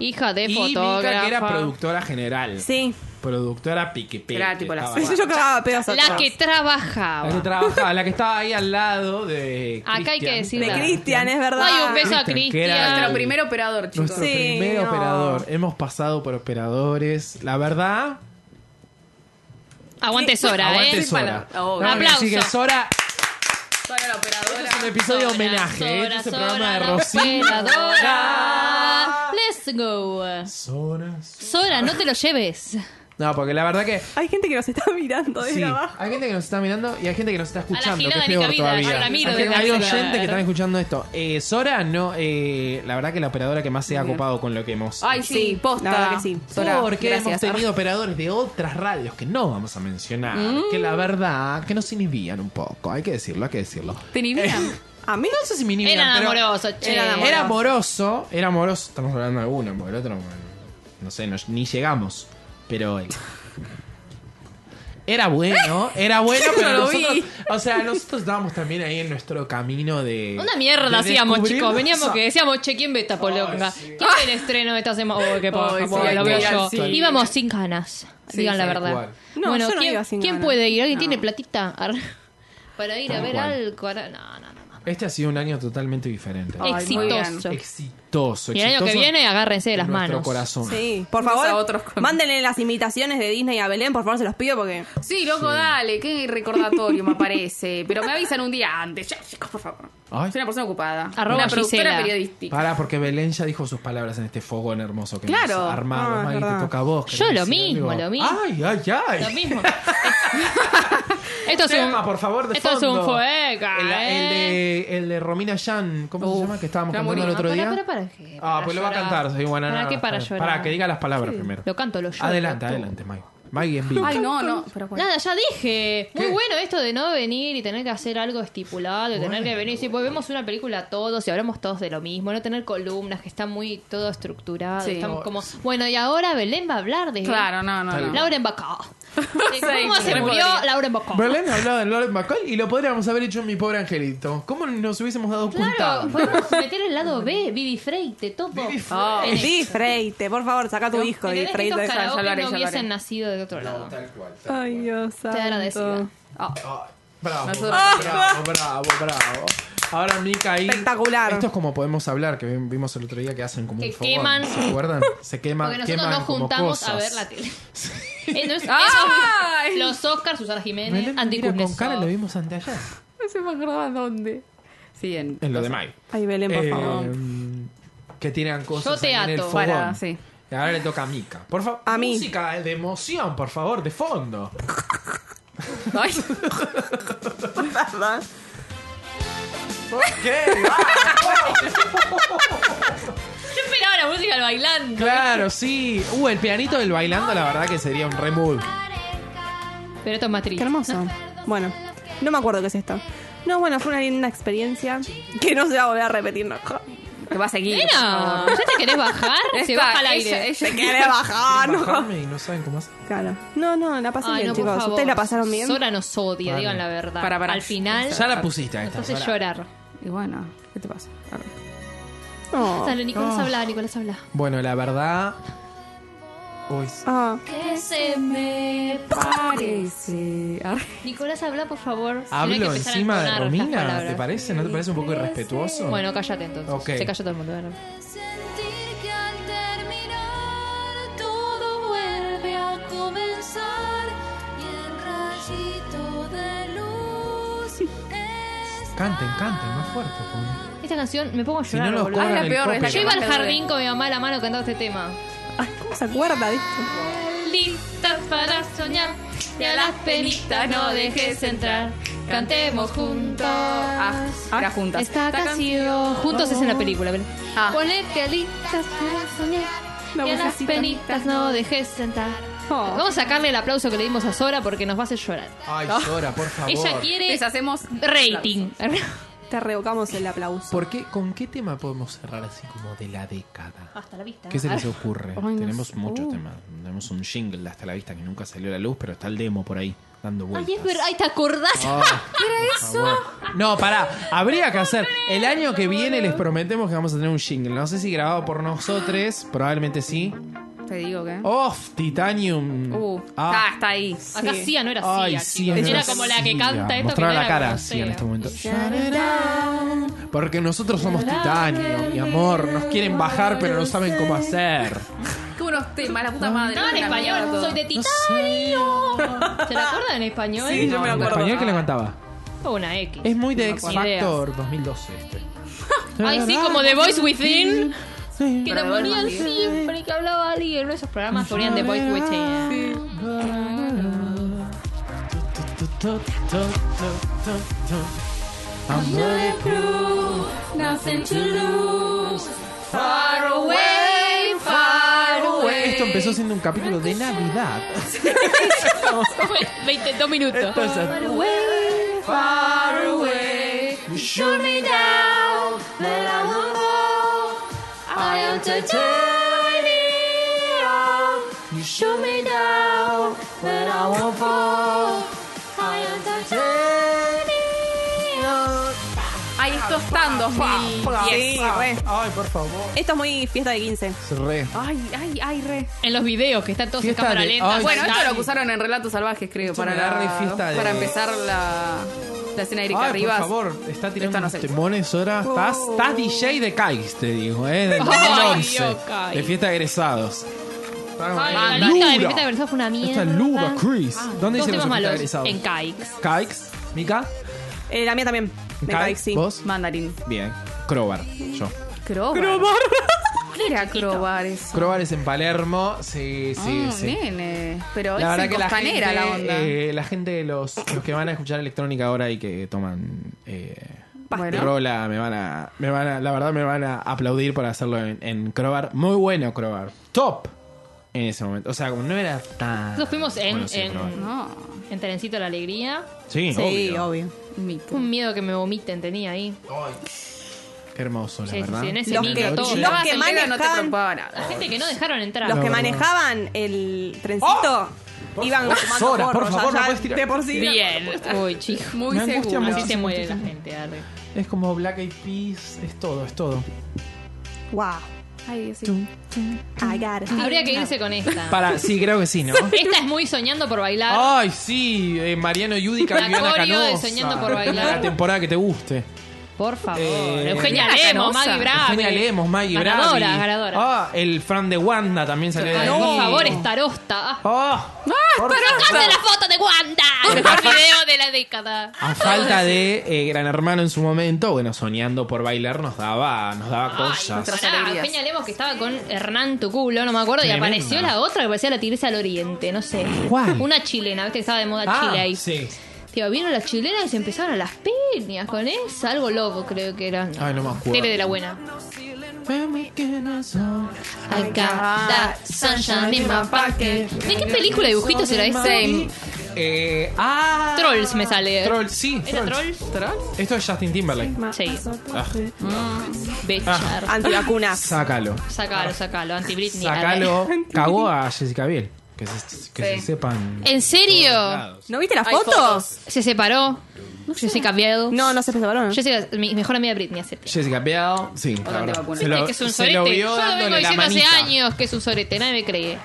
Speaker 4: Hija de
Speaker 1: Ah, y Mica,
Speaker 4: fotógrafa.
Speaker 1: que era productora general.
Speaker 3: Sí.
Speaker 1: Productora piquepete.
Speaker 2: Era tipo la
Speaker 1: estaba-
Speaker 3: Sí, yo cagaba pedos a
Speaker 4: La
Speaker 3: todos.
Speaker 4: que trabajaba.
Speaker 1: La que trabajaba, la que estaba ahí al lado de.
Speaker 4: Ah, Acá hay que
Speaker 1: Cristian.
Speaker 4: decir
Speaker 3: De
Speaker 4: la-
Speaker 3: Cristian, es verdad.
Speaker 4: Ay, un beso a
Speaker 1: Cristian, que era-
Speaker 4: Cristian.
Speaker 2: Nuestro primer operador, chicos.
Speaker 1: Nuestro
Speaker 3: Sí,
Speaker 1: primer
Speaker 3: no.
Speaker 1: operador. Hemos pasado por operadores. La verdad.
Speaker 4: Aguante Sora,
Speaker 1: aguante
Speaker 4: ¿eh?
Speaker 1: Sora.
Speaker 2: Obvio.
Speaker 1: No,
Speaker 2: Un
Speaker 1: no,
Speaker 4: aplauso.
Speaker 1: así que Sora
Speaker 2: Solo la operadora.
Speaker 1: es un episodio de homenaje.
Speaker 4: Sora,
Speaker 1: este es el
Speaker 4: Sora,
Speaker 1: programa de Ah.
Speaker 4: la
Speaker 1: Rosina.
Speaker 4: operadora. Let's go.
Speaker 1: Sora.
Speaker 4: Sora, no te lo lleves.
Speaker 1: No, porque la verdad que.
Speaker 3: Hay gente que nos está mirando desde
Speaker 1: Sí,
Speaker 3: abajo.
Speaker 1: hay gente que nos está mirando y hay gente que nos está escuchando, que
Speaker 4: gilada
Speaker 1: es
Speaker 4: de
Speaker 1: peor
Speaker 4: Nica Vida,
Speaker 1: todavía.
Speaker 4: a la Miro
Speaker 1: hay
Speaker 4: de
Speaker 1: gente- hay
Speaker 4: la
Speaker 1: oyentes
Speaker 4: Miro.
Speaker 1: que están escuchando esto. Eh, Sora, no, eh, la verdad que la operadora que más se ha copado con lo que hemos
Speaker 2: Ay, sí, posta.
Speaker 3: La verdad que sí.
Speaker 2: Sora,
Speaker 1: Porque hemos
Speaker 2: gracias.
Speaker 1: tenido operadores de otras radios que no vamos a mencionar,
Speaker 4: Mm.
Speaker 1: que la verdad que nos inhibían un poco, hay que decirlo, hay que decirlo.
Speaker 2: Te ni
Speaker 1: Eh.
Speaker 2: vean.
Speaker 3: A mí
Speaker 1: No sé si me inhibían,
Speaker 4: Eran
Speaker 1: pero
Speaker 4: amorosos, che.
Speaker 2: eran
Speaker 1: Era amoroso, era amoroso, estamos hablando de uno, porque el otro, bueno, no sé, no- ni llegamos, pero eh, Era bueno, era bueno, pero
Speaker 2: Yo lo
Speaker 1: nosotros,
Speaker 2: vi.
Speaker 1: o sea, nosotros estábamos también ahí en nuestro camino de
Speaker 4: Una mierda
Speaker 1: de
Speaker 4: hacíamos,
Speaker 1: descubrir
Speaker 4: chicos. Veníamos
Speaker 1: esa-
Speaker 4: que decíamos, che, ¿quién ve esta polonga? ¿Quién ve el estreno de esta semana? Oh, qué paja,
Speaker 2: Ay, sí,
Speaker 4: bueno,
Speaker 2: hay
Speaker 4: lo
Speaker 2: que
Speaker 4: veo
Speaker 2: ir al
Speaker 4: yo.
Speaker 2: cine.
Speaker 4: Íbamos sin ganas,
Speaker 2: Sí,
Speaker 4: digan la
Speaker 2: tal
Speaker 4: verdad.
Speaker 1: cual.
Speaker 3: No,
Speaker 4: bueno,
Speaker 3: yo no
Speaker 4: ¿quién,
Speaker 3: iba sin
Speaker 4: quién
Speaker 3: ganas.
Speaker 4: puede ir? ¿Alguien
Speaker 3: No.
Speaker 4: tiene platita? Ar- Para ir a
Speaker 1: Tal
Speaker 4: ver
Speaker 1: cual.
Speaker 4: algo. Ara- No, no, no. no.
Speaker 1: Este ha sido un año totalmente diferente.
Speaker 2: Ay, muy bien.
Speaker 4: Exitoso.
Speaker 1: Exitoso,
Speaker 4: Y el año que
Speaker 1: exitoso
Speaker 4: viene, agárrense de
Speaker 1: en
Speaker 4: las
Speaker 1: nuestro
Speaker 4: manos.
Speaker 1: corazón.
Speaker 3: Sí, por
Speaker 2: Vamos a
Speaker 3: favor,
Speaker 2: otros con-
Speaker 3: mándenle las imitaciones de Disney a Belén, por favor, se los pido porque...
Speaker 2: Sí, loco, dale, qué recordatorio me aparece. Pero me avisan un día antes. Ya, chicos, por favor.
Speaker 1: Ay.
Speaker 2: Soy una persona ocupada.
Speaker 4: Arroba
Speaker 2: una productora
Speaker 4: Gisela.
Speaker 2: periodística.
Speaker 1: Para, porque Belén ya dijo sus palabras en este fogón hermoso que
Speaker 2: Claro.
Speaker 1: nos armamos.
Speaker 3: Ah, es
Speaker 1: Maggie,
Speaker 3: verdad.
Speaker 1: te toca a vos.
Speaker 4: Yo
Speaker 1: querés
Speaker 4: lo
Speaker 1: decir
Speaker 4: mismo,
Speaker 1: algo.
Speaker 4: lo mismo.
Speaker 1: Ay, ay, ay.
Speaker 4: Lo mismo. esto es
Speaker 1: Tema,
Speaker 4: un.
Speaker 1: por favor, de
Speaker 4: esto es
Speaker 1: fondo.
Speaker 4: un fueca,
Speaker 1: El, el
Speaker 4: ¿eh?
Speaker 1: de, el de Romina Yan, ¿cómo se llama? Que estábamos
Speaker 2: ya
Speaker 1: cantando
Speaker 2: morí.
Speaker 1: el otro
Speaker 4: Ah,
Speaker 1: día.
Speaker 4: pará, pará, ¿para qué?
Speaker 1: Ah,
Speaker 4: Para
Speaker 1: pues lo va a
Speaker 4: llorar.
Speaker 1: cantar. soy buena,
Speaker 4: ¿Para
Speaker 1: no,
Speaker 4: qué?
Speaker 1: no,
Speaker 4: Para
Speaker 1: no.
Speaker 4: llorar.
Speaker 1: Para, que diga las palabras primero.
Speaker 4: Lo canto, lo lloro.
Speaker 1: adelante,
Speaker 4: lo actúo.
Speaker 1: adelante, Maggie. Maggie en vivo.
Speaker 2: Ay, no, no. Pero bueno.
Speaker 4: Nada, ya dije. Muy bueno esto de no venir y tener que hacer algo estipulado, y tener que venir y decir, pues vemos una película todos y hablamos todos de lo mismo, no tener columnas, que está muy todo estructurado.
Speaker 2: Sí.
Speaker 4: Estamos como, bueno, y ahora Belén va a hablar de
Speaker 2: Claro, no, no, no.
Speaker 4: Lauren Bacall. De ¿Cómo
Speaker 2: Sí,
Speaker 4: se
Speaker 2: re
Speaker 4: murió
Speaker 2: podría.
Speaker 4: Lauren Bacall?
Speaker 1: Berlín hablaba de Lauren McCall y lo podríamos haber hecho en mi pobre angelito. ¿Cómo nos hubiésemos dado cuenta?
Speaker 4: Claro, podemos meter el lado B, Bibi Freite, todo.
Speaker 1: Bibi Freite.
Speaker 2: Oh.
Speaker 4: En esto.
Speaker 3: Di Freite, por favor, saca tu disco, Di
Speaker 4: Entendés que estos
Speaker 3: Freite.
Speaker 2: Ya, ya lo
Speaker 4: karaoke
Speaker 2: haré, ya
Speaker 4: no
Speaker 2: lo haré.
Speaker 4: hubiesen nacido de otro lado.
Speaker 1: Tal cual.
Speaker 3: Ay, Dios
Speaker 4: Te agradecida.
Speaker 3: santo.
Speaker 2: Ah,
Speaker 1: Ay, Bravo,
Speaker 2: Nosotros-
Speaker 1: bravo, bravo, bravo. Ahora Mica ahí.
Speaker 3: Espectacular.
Speaker 1: Esto es como podemos hablar, que vimos el otro día que hacen como
Speaker 4: Que
Speaker 1: un fogón.
Speaker 4: queman.
Speaker 1: ¿Se acuerdan? Se queman.
Speaker 4: Porque nosotros
Speaker 1: queman
Speaker 4: nos
Speaker 1: como
Speaker 4: juntamos a
Speaker 1: cosas.
Speaker 4: ver la tele. Eh, no es-
Speaker 2: ¡Ay!
Speaker 4: esos- los Oscars, Susana Jiménez,
Speaker 1: Belén,
Speaker 4: Andy
Speaker 1: mira, con
Speaker 4: Kuznetsov.
Speaker 1: cara lo vimos anteayer.
Speaker 2: no se me acordaba dónde. Sí, en,
Speaker 1: En lo de Mike.
Speaker 3: Ay, Belén,
Speaker 4: Eh,
Speaker 3: por favor.
Speaker 1: Eh, Que tiran cosas
Speaker 4: Yo te
Speaker 1: ahí en el
Speaker 4: ato.
Speaker 1: fogón.
Speaker 2: Para, sí.
Speaker 1: Ahora le toca a Mika. Por favor,
Speaker 3: A mí.
Speaker 1: música de emoción, por favor, de fondo.
Speaker 2: Ay,
Speaker 3: Perdón.
Speaker 1: ¿Por qué? Vamos.
Speaker 4: Yo esperaba la música al bailando.
Speaker 1: claro, sí. Uh, el pianito del bailando, la verdad que sería un re mood.
Speaker 4: Pero esto es más triste.
Speaker 3: Qué hermoso. Bueno, no me acuerdo qué es esto. No, bueno, fue una linda experiencia que no se va a volver a repetir, no.
Speaker 2: te va a seguir. por
Speaker 4: Bueno,
Speaker 2: favor.
Speaker 4: ¿ya te querés bajar? Se
Speaker 2: Esta,
Speaker 4: baja al
Speaker 2: ella-
Speaker 4: aire.
Speaker 2: ella-
Speaker 3: Quiere bajar, Ah, no.
Speaker 1: Bajarme y no saben cómo hacer.
Speaker 3: Claro. No, no, la pasé
Speaker 4: Ay,
Speaker 3: bien,
Speaker 4: no, por
Speaker 3: chicos.
Speaker 4: favor.
Speaker 3: ¿Ustedes la pasaron bien?
Speaker 4: Sora nos odia,
Speaker 1: Para.
Speaker 4: digan la verdad.
Speaker 2: Para, para.
Speaker 4: Al final,
Speaker 1: Ya la pusiste a esta.
Speaker 4: entonces
Speaker 1: pará.
Speaker 4: llorar.
Speaker 2: Y bueno, ¿qué te pasa? Arre.
Speaker 3: No.
Speaker 4: Dale,
Speaker 1: Oh.
Speaker 4: Nicolás, habla, Nicolás, habla.
Speaker 1: Bueno, la verdad. Uy, sí.
Speaker 3: Ah,
Speaker 4: Que se me
Speaker 2: Parece. Arre.
Speaker 4: Nicolás, habla, por favor. Si no hay
Speaker 1: hablo
Speaker 4: que empezar a
Speaker 1: encima de
Speaker 4: entonar las
Speaker 1: Romina,
Speaker 4: palabras.
Speaker 1: ¿te parece? ¿No te parece un poco irrespetuoso?
Speaker 4: Bueno, cállate entonces.
Speaker 1: Ok.
Speaker 4: Se calla todo el mundo. bueno.
Speaker 5: Sentí que al terminar todo vuelve a comenzar y el rayito de luz es
Speaker 1: Canten, canten, más fuerte. por-
Speaker 4: Esta canción me pongo a
Speaker 1: Si no
Speaker 4: llorar,
Speaker 1: nos
Speaker 4: boludo.
Speaker 2: Ah, es la
Speaker 1: cobran el
Speaker 2: peor, es la
Speaker 1: copyright.
Speaker 4: Pues Yo iba al
Speaker 2: Te duele.
Speaker 4: jardín con mi mamá a la mano cantando este tema.
Speaker 3: ay, ¿cómo se acuerda de esto?
Speaker 4: Listas para soñar y a las penitas no dejes entrar. Cantemos juntos.
Speaker 2: Ah, era juntas.
Speaker 4: Esta canción. Juntos es en la película. ven.
Speaker 2: Ah.
Speaker 4: Ponete a listas para soñar.
Speaker 3: La
Speaker 4: y a las
Speaker 3: vocecita.
Speaker 4: penitas no dejes entrar.
Speaker 3: Oh.
Speaker 4: Vamos a sacarle el aplauso que le dimos a Sora porque nos va a hacer llorar.
Speaker 1: Ay, Sora, por favor.
Speaker 4: Ella quiere
Speaker 2: Deshacemos
Speaker 4: Pues, rating.
Speaker 3: Te revocamos el aplauso.
Speaker 1: ¿Por qué, ¿Con qué tema podemos cerrar así como de la década?
Speaker 4: Hasta la vista.
Speaker 1: ¿Qué se les ocurre?
Speaker 2: no
Speaker 1: Tenemos
Speaker 2: sé.
Speaker 1: muchos
Speaker 2: Uh.
Speaker 1: temas. Tenemos un jingle hasta la vista que nunca salió a la luz, pero está el demo por ahí, dando vueltas.
Speaker 4: Ay, es verdad. Ay, ¿te acordás?
Speaker 1: Ah, por favor. No, pará. Habría que hacer. El año que viene les prometemos que vamos a tener un jingle. No sé si grabado por nosotros, probablemente sí.
Speaker 2: Te digo que.
Speaker 1: Off Titanium.
Speaker 2: Uh,
Speaker 1: Ah.
Speaker 2: está, está ahí.
Speaker 4: Acá
Speaker 3: Sí.
Speaker 4: Cia no era Cia,
Speaker 1: Ay, sí,
Speaker 4: chicos.
Speaker 1: es
Speaker 4: Era
Speaker 1: verdad,
Speaker 4: como la que
Speaker 1: sí,
Speaker 4: canta esto.
Speaker 1: Mostraron
Speaker 4: que no
Speaker 1: la
Speaker 4: la
Speaker 1: cara
Speaker 4: conocía.
Speaker 1: sí, en este momento. Porque nosotros somos titanio, mi amor. Nos quieren bajar, pero no saben cómo hacer.
Speaker 2: Qué buenos temas, la puta madre.
Speaker 4: No, en español. Soy de
Speaker 1: No
Speaker 4: Titán.
Speaker 1: sé.
Speaker 4: ¿Se la acuerdan en español?
Speaker 3: Sí, yo me
Speaker 1: ¿En
Speaker 3: acuerdo.
Speaker 1: español que le cantaba?
Speaker 4: O una X.
Speaker 1: Es muy de X
Speaker 4: acuerdo.
Speaker 1: Factor 2012 este.
Speaker 4: Ay, sí, como The Voice Within.
Speaker 1: Sí.
Speaker 4: Que lo ponían siempre, que hablaba alguien. Esos programas ponían The Voice Within.
Speaker 2: Far away, far away.
Speaker 1: Esto empezó siendo un capítulo de Navidad.
Speaker 4: 22 minutos.
Speaker 2: Far away. Ay, esto está en 2010.
Speaker 3: Sí, re.
Speaker 1: Ay, por favor.
Speaker 3: Esto es muy fiesta de 15.
Speaker 1: Es re.
Speaker 2: Ay, ay, ay, re.
Speaker 4: En los videos que están todos en
Speaker 1: Fiesta
Speaker 4: cámara
Speaker 1: de-
Speaker 4: lenta.
Speaker 1: Ay,
Speaker 2: Bueno,
Speaker 1: sí.
Speaker 2: esto lo acusaron en Relatos Salvajes, creo,
Speaker 1: Esto
Speaker 2: para,
Speaker 1: me da
Speaker 2: la-
Speaker 1: re fiesta de-
Speaker 2: para empezar la, la escena de Erika
Speaker 1: Ay, por
Speaker 2: Rivas.
Speaker 1: favor, está tirando
Speaker 2: Esta no
Speaker 1: unos
Speaker 2: sé.
Speaker 1: temones ahora. Estás, estás DJ de CAIS, te digo, ¿eh? Del
Speaker 4: Oh. Ay,
Speaker 1: 2011.
Speaker 4: Dios, Kai.
Speaker 1: de fiesta de egresados.
Speaker 4: Ay,
Speaker 1: Ah,
Speaker 4: la lista de
Speaker 1: Lura.
Speaker 4: mi fiesta de egresados fue una mierda.
Speaker 1: Esta Luga, Chris. ¿Dónde hicieron
Speaker 4: Dos temas
Speaker 1: su fiesta de
Speaker 4: malos.
Speaker 1: egresados?
Speaker 4: En Kikes.
Speaker 1: CAIX. ¿Mica?
Speaker 3: Eh, la mía también.
Speaker 1: ¿En
Speaker 3: Me
Speaker 1: CAIX?
Speaker 3: parece, sí.
Speaker 1: ¿Vos?
Speaker 2: Mandarín.
Speaker 1: Bien. Crobar, yo.
Speaker 2: Crobar. ¿Qué era Crobar eso?
Speaker 1: Crobar es en Palermo. Sí, sí,
Speaker 2: Ah,
Speaker 1: sí.
Speaker 2: nene.
Speaker 1: La
Speaker 2: Pero es
Speaker 1: verdad
Speaker 2: en
Speaker 1: que la
Speaker 2: costanera
Speaker 1: gente,
Speaker 2: la, onda.
Speaker 1: eh, la gente, los, los que van a escuchar electrónica ahora y que toman eh,
Speaker 2: Bueno.
Speaker 1: rola, me van, a, me van a, la verdad me van a aplaudir por hacerlo en, en Crobar. Muy bueno Crobar. Top en ese momento. O sea, como no era tan...
Speaker 4: Nosotros fuimos en-
Speaker 1: bueno, sí,
Speaker 4: en-
Speaker 1: Crobar.
Speaker 2: No,
Speaker 4: En Terencito la Alegría.
Speaker 1: Sí,
Speaker 3: Sí,
Speaker 1: obvio.
Speaker 3: obvio.
Speaker 2: micro.
Speaker 4: Un miedo que me vomiten tenía ahí.
Speaker 1: Qué hermoso, la
Speaker 4: Sí, sí,
Speaker 1: verdad.
Speaker 4: sí, en ese
Speaker 3: Los
Speaker 4: micro
Speaker 3: que-
Speaker 4: todo.
Speaker 3: los
Speaker 4: Estaba
Speaker 3: que
Speaker 4: sentada,
Speaker 3: manejan-
Speaker 2: no te preocupaba nada.
Speaker 4: Gente que no dejaron entrar.
Speaker 3: Los
Speaker 1: No,
Speaker 3: que
Speaker 1: no,
Speaker 3: manejaban el trencito iban
Speaker 1: favor,
Speaker 3: fumando
Speaker 1: Sora, por
Speaker 3: porro, ya-
Speaker 1: favor, no
Speaker 3: ya
Speaker 1: puedes tirar.
Speaker 3: De por sí.
Speaker 4: Bien. Uy, chico.
Speaker 2: Muy
Speaker 1: Me angustia
Speaker 2: seguro.
Speaker 1: mucho.
Speaker 4: Así se
Speaker 1: muchísimo,
Speaker 4: muere la
Speaker 1: muchísimo.
Speaker 4: gente. arre.
Speaker 1: Es como Black Eyed Peas, es todo, es todo.
Speaker 3: Wow.
Speaker 2: Ay, Dios mío.
Speaker 3: I got it. Ah.
Speaker 4: Habría que irse con esta.
Speaker 1: Para, sí, creo que sí, ¿no?
Speaker 4: Esta es muy soñando por bailar.
Speaker 1: Ay, sí, eh, Mariano Yudica,
Speaker 4: La
Speaker 1: Viviana
Speaker 4: coreo de
Speaker 1: Canosa.
Speaker 4: Soñando por Bailar.
Speaker 1: La temporada que te guste.
Speaker 4: Por favor.
Speaker 1: Eh,
Speaker 4: Eugenia
Speaker 2: Viviana
Speaker 4: Lemos,
Speaker 2: Canosa.
Speaker 4: Maggie Bravi.
Speaker 1: Eugenia Lemos, Maggie
Speaker 4: ganadora,
Speaker 1: Bravi.
Speaker 4: Ganadora, Ah,
Speaker 1: Ah, el Fran de Wanda también salió de
Speaker 4: Ay,
Speaker 1: ahí.
Speaker 4: Por favor, estarosta.
Speaker 1: Ah,
Speaker 2: ¡Ah,
Speaker 1: Por
Speaker 2: pero
Speaker 4: ¡Sacate la foto de Wanda! El mejor video de de la década.
Speaker 1: A falta de eh, Gran Hermano en su momento, bueno, soñando por bailar nos daba, nos daba cosas.
Speaker 2: nuestras
Speaker 4: Pará,
Speaker 2: alegrías.
Speaker 4: Peña Lemos que estaba con Hernán Tuculo, no me acuerdo,
Speaker 1: Tremendo.
Speaker 4: y apareció la otra que parecía la tigresa del oriente, no sé.
Speaker 1: ¿Cuál?
Speaker 4: Una chilena, viste que estaba de moda
Speaker 1: Ah,
Speaker 4: Chile ahí.
Speaker 1: sí.
Speaker 4: Tío, vieron las chilenas y se empezaron a las peñas con esa, algo loco creo que era.
Speaker 1: Ay, no me acuerdo.
Speaker 4: Tele de la buena. I got that sunshine in my pocket. ¿De qué película de dibujitos era ese?
Speaker 1: Eh, ah,
Speaker 4: Trolls me sale.
Speaker 1: Trolls, sí.
Speaker 4: ¿Era Trolls?
Speaker 1: Esto es Justin Timberlake.
Speaker 4: Sí.
Speaker 1: Ah,
Speaker 4: Bechar.
Speaker 3: Antivacunas.
Speaker 1: sácalo.
Speaker 4: Ah. Sácalo, sácalo. Anti-Britney.
Speaker 1: Sácalo. Cagó a Jessica Biel. Que se, que
Speaker 2: Sí.
Speaker 1: se sepan.
Speaker 4: ¿En serio?
Speaker 1: lados.
Speaker 3: ¿No viste las
Speaker 2: Hay
Speaker 3: fotos?
Speaker 2: fotos.
Speaker 4: Se separó. Jessica Biel.
Speaker 3: No, no se prepararon.
Speaker 4: Jessica, mi mejor amiga Britney hace tiempo.
Speaker 1: Jessica Biel, sí. la verdad.
Speaker 2: antivacunas.
Speaker 1: Se lo,
Speaker 4: que es un
Speaker 1: se lo
Speaker 4: sorete.
Speaker 1: vio
Speaker 4: Yo lo vengo
Speaker 1: dándole la
Speaker 4: diciendo hace
Speaker 1: manita.
Speaker 4: años que es un sorete. Nadie me cree.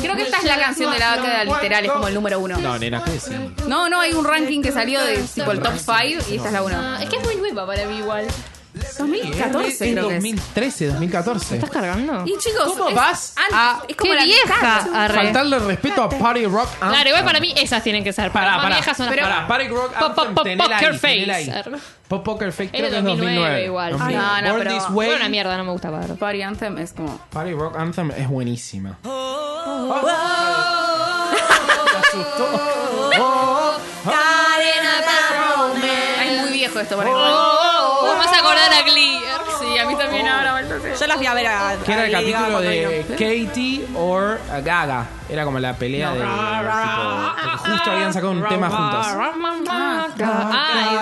Speaker 2: Creo que esta es la canción de la década literal, es como el número uno.
Speaker 1: No, nena, ¿qué decimos?
Speaker 2: No, no, hay un ranking que salió de tipo el top 5 y esta es la uno.
Speaker 4: Ah, es que es muy nueva para mí igual.
Speaker 1: Es
Speaker 2: 2014 creo que es.
Speaker 1: 2013, 2014.
Speaker 4: ¿Estás cargando?
Speaker 2: Y chicos,
Speaker 1: ¿Cómo
Speaker 2: es-
Speaker 1: vas
Speaker 2: an-
Speaker 1: a-
Speaker 2: es como
Speaker 4: ¡Qué
Speaker 2: la
Speaker 4: vieja!
Speaker 2: mitad.
Speaker 4: Arre.
Speaker 1: Faltarle respeto a Party Rock Anthem.
Speaker 4: Ah. Claro, igual para mí esas tienen que ser. Para,
Speaker 1: Pará,
Speaker 4: más
Speaker 1: pará.
Speaker 4: viejas son las
Speaker 1: Pero-
Speaker 4: peores.
Speaker 1: pará, Party Rock
Speaker 4: Pop,
Speaker 1: Anthem,
Speaker 4: pop,
Speaker 1: tenela ahí,
Speaker 4: poker face.
Speaker 1: tenela ahí.
Speaker 4: Arre.
Speaker 1: Pop Poker Face creo
Speaker 4: Era
Speaker 1: que es
Speaker 4: 2009
Speaker 1: 2009.
Speaker 4: igual.
Speaker 2: No, no,
Speaker 1: Born
Speaker 2: pero-
Speaker 1: This
Speaker 4: Fue
Speaker 1: Way.
Speaker 4: una mierda, no me gustaba. Arre.
Speaker 2: Party Anthem es como...
Speaker 1: Party Rock Anthem es buenísima. Me asustó.
Speaker 2: Ay, es muy viejo esto para
Speaker 1: Oh.
Speaker 2: mí.
Speaker 4: Vos vas a acordar a Glee. Arre.
Speaker 2: Sí, a mí también ahora me parece.
Speaker 3: Yo las fui a ver a.
Speaker 1: Que era el
Speaker 3: a Lady Gaga
Speaker 1: capítulo
Speaker 3: cuando
Speaker 1: de
Speaker 3: vino.
Speaker 1: Katie or Gaga. Era como la pelea de. tipo, porque justo habían sacado un tema juntas.
Speaker 4: Ah,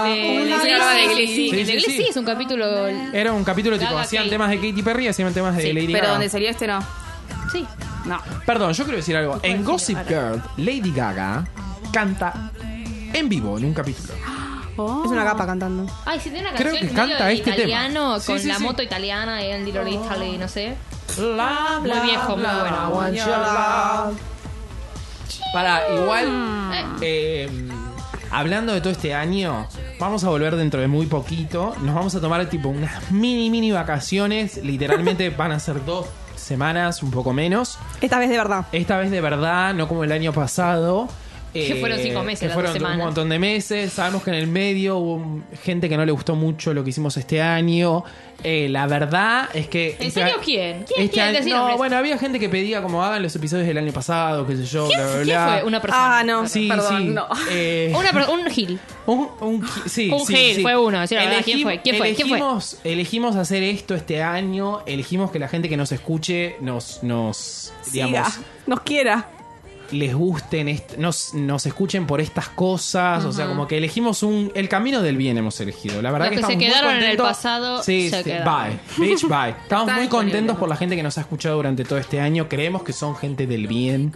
Speaker 4: el de,
Speaker 2: Una
Speaker 4: el
Speaker 2: vez.
Speaker 4: de Glee. Sí,
Speaker 1: Sí,
Speaker 4: el de
Speaker 1: sí,
Speaker 4: Glee
Speaker 1: sí.
Speaker 4: sí es un capítulo.
Speaker 1: Era un capítulo tipo,
Speaker 4: Gaga,
Speaker 1: hacían
Speaker 4: Katy.
Speaker 1: temas de Katy Perry y hacían temas de Lady
Speaker 2: Pero
Speaker 1: Gaga.
Speaker 2: donde salió este no.
Speaker 4: Sí.
Speaker 2: No.
Speaker 1: Perdón, yo quiero decir algo. En Gossip Girl, Lady Gaga canta en vivo en un capítulo.
Speaker 3: Es una capa cantando.
Speaker 4: Ay, sí, tiene una
Speaker 1: Creo
Speaker 4: canción
Speaker 1: que
Speaker 4: medio
Speaker 1: canta
Speaker 4: de
Speaker 1: este tema.
Speaker 4: italiano
Speaker 1: Sí,
Speaker 4: con
Speaker 1: sí,
Speaker 4: la
Speaker 1: sí.
Speaker 4: moto italiana y el Little Italy, no sé.
Speaker 1: Bla,
Speaker 4: Muy viejo, muy bueno.
Speaker 1: Para, igual,
Speaker 4: Mm.
Speaker 1: eh, hablando de todo este año, vamos a volver dentro de muy poquito. Nos vamos a tomar tipo unas mini, mini vacaciones. Literalmente van a ser dos semanas, un poco menos.
Speaker 3: Esta vez de verdad.
Speaker 1: Esta vez de verdad, no como el año pasado. Eh,
Speaker 4: Que fueron cinco meses
Speaker 1: que
Speaker 4: las
Speaker 1: fueron
Speaker 4: dos semanas.
Speaker 1: un montón de meses. Sabemos que en el medio hubo un- gente que no le gustó mucho lo que hicimos este año. Eh, la verdad es que.
Speaker 4: ¿En
Speaker 1: este
Speaker 4: serio
Speaker 1: a-
Speaker 4: quién? ¿Quién?
Speaker 1: este
Speaker 4: ¿Quién?
Speaker 1: año-
Speaker 4: Decí
Speaker 1: no,
Speaker 4: nombres.
Speaker 1: bueno, había gente que pedía como hagan los episodios del año pasado, qué sé yo, bla, bla,
Speaker 4: ¿Quién
Speaker 1: bla.
Speaker 4: fue? Una persona.
Speaker 3: Ah, no.
Speaker 1: Sí,
Speaker 2: Perdón,
Speaker 1: sí.
Speaker 2: no.
Speaker 1: Eh,
Speaker 4: Una per- un Gil.
Speaker 1: un, un gi- sí,
Speaker 4: Un
Speaker 1: sí,
Speaker 4: gil,
Speaker 1: sí.
Speaker 4: fue uno, sí, la verdad, ¿quién
Speaker 1: Elegim-
Speaker 4: fue? ¿Quién fue? ¿Quién fue?
Speaker 1: Elegimos, elegimos hacer esto este año, elegimos que la gente que nos escuche nos, nos digamos,
Speaker 3: Siga. Nos quiera.
Speaker 1: les gusten, est- nos, nos escuchen por estas cosas. O sea, como que elegimos un. El camino del bien hemos elegido. La verdad
Speaker 4: Los
Speaker 1: que,
Speaker 4: que se
Speaker 1: estamos muy
Speaker 4: quedaron en el
Speaker 1: contentos.
Speaker 4: pasado,
Speaker 1: Sí,
Speaker 4: se
Speaker 1: sí,
Speaker 4: quedaron.
Speaker 1: Bye. Bitch, bye. Estamos
Speaker 2: Está
Speaker 1: muy
Speaker 2: disponible.
Speaker 1: contentos por la gente que nos ha escuchado durante todo este año. Creemos que son gente del bien.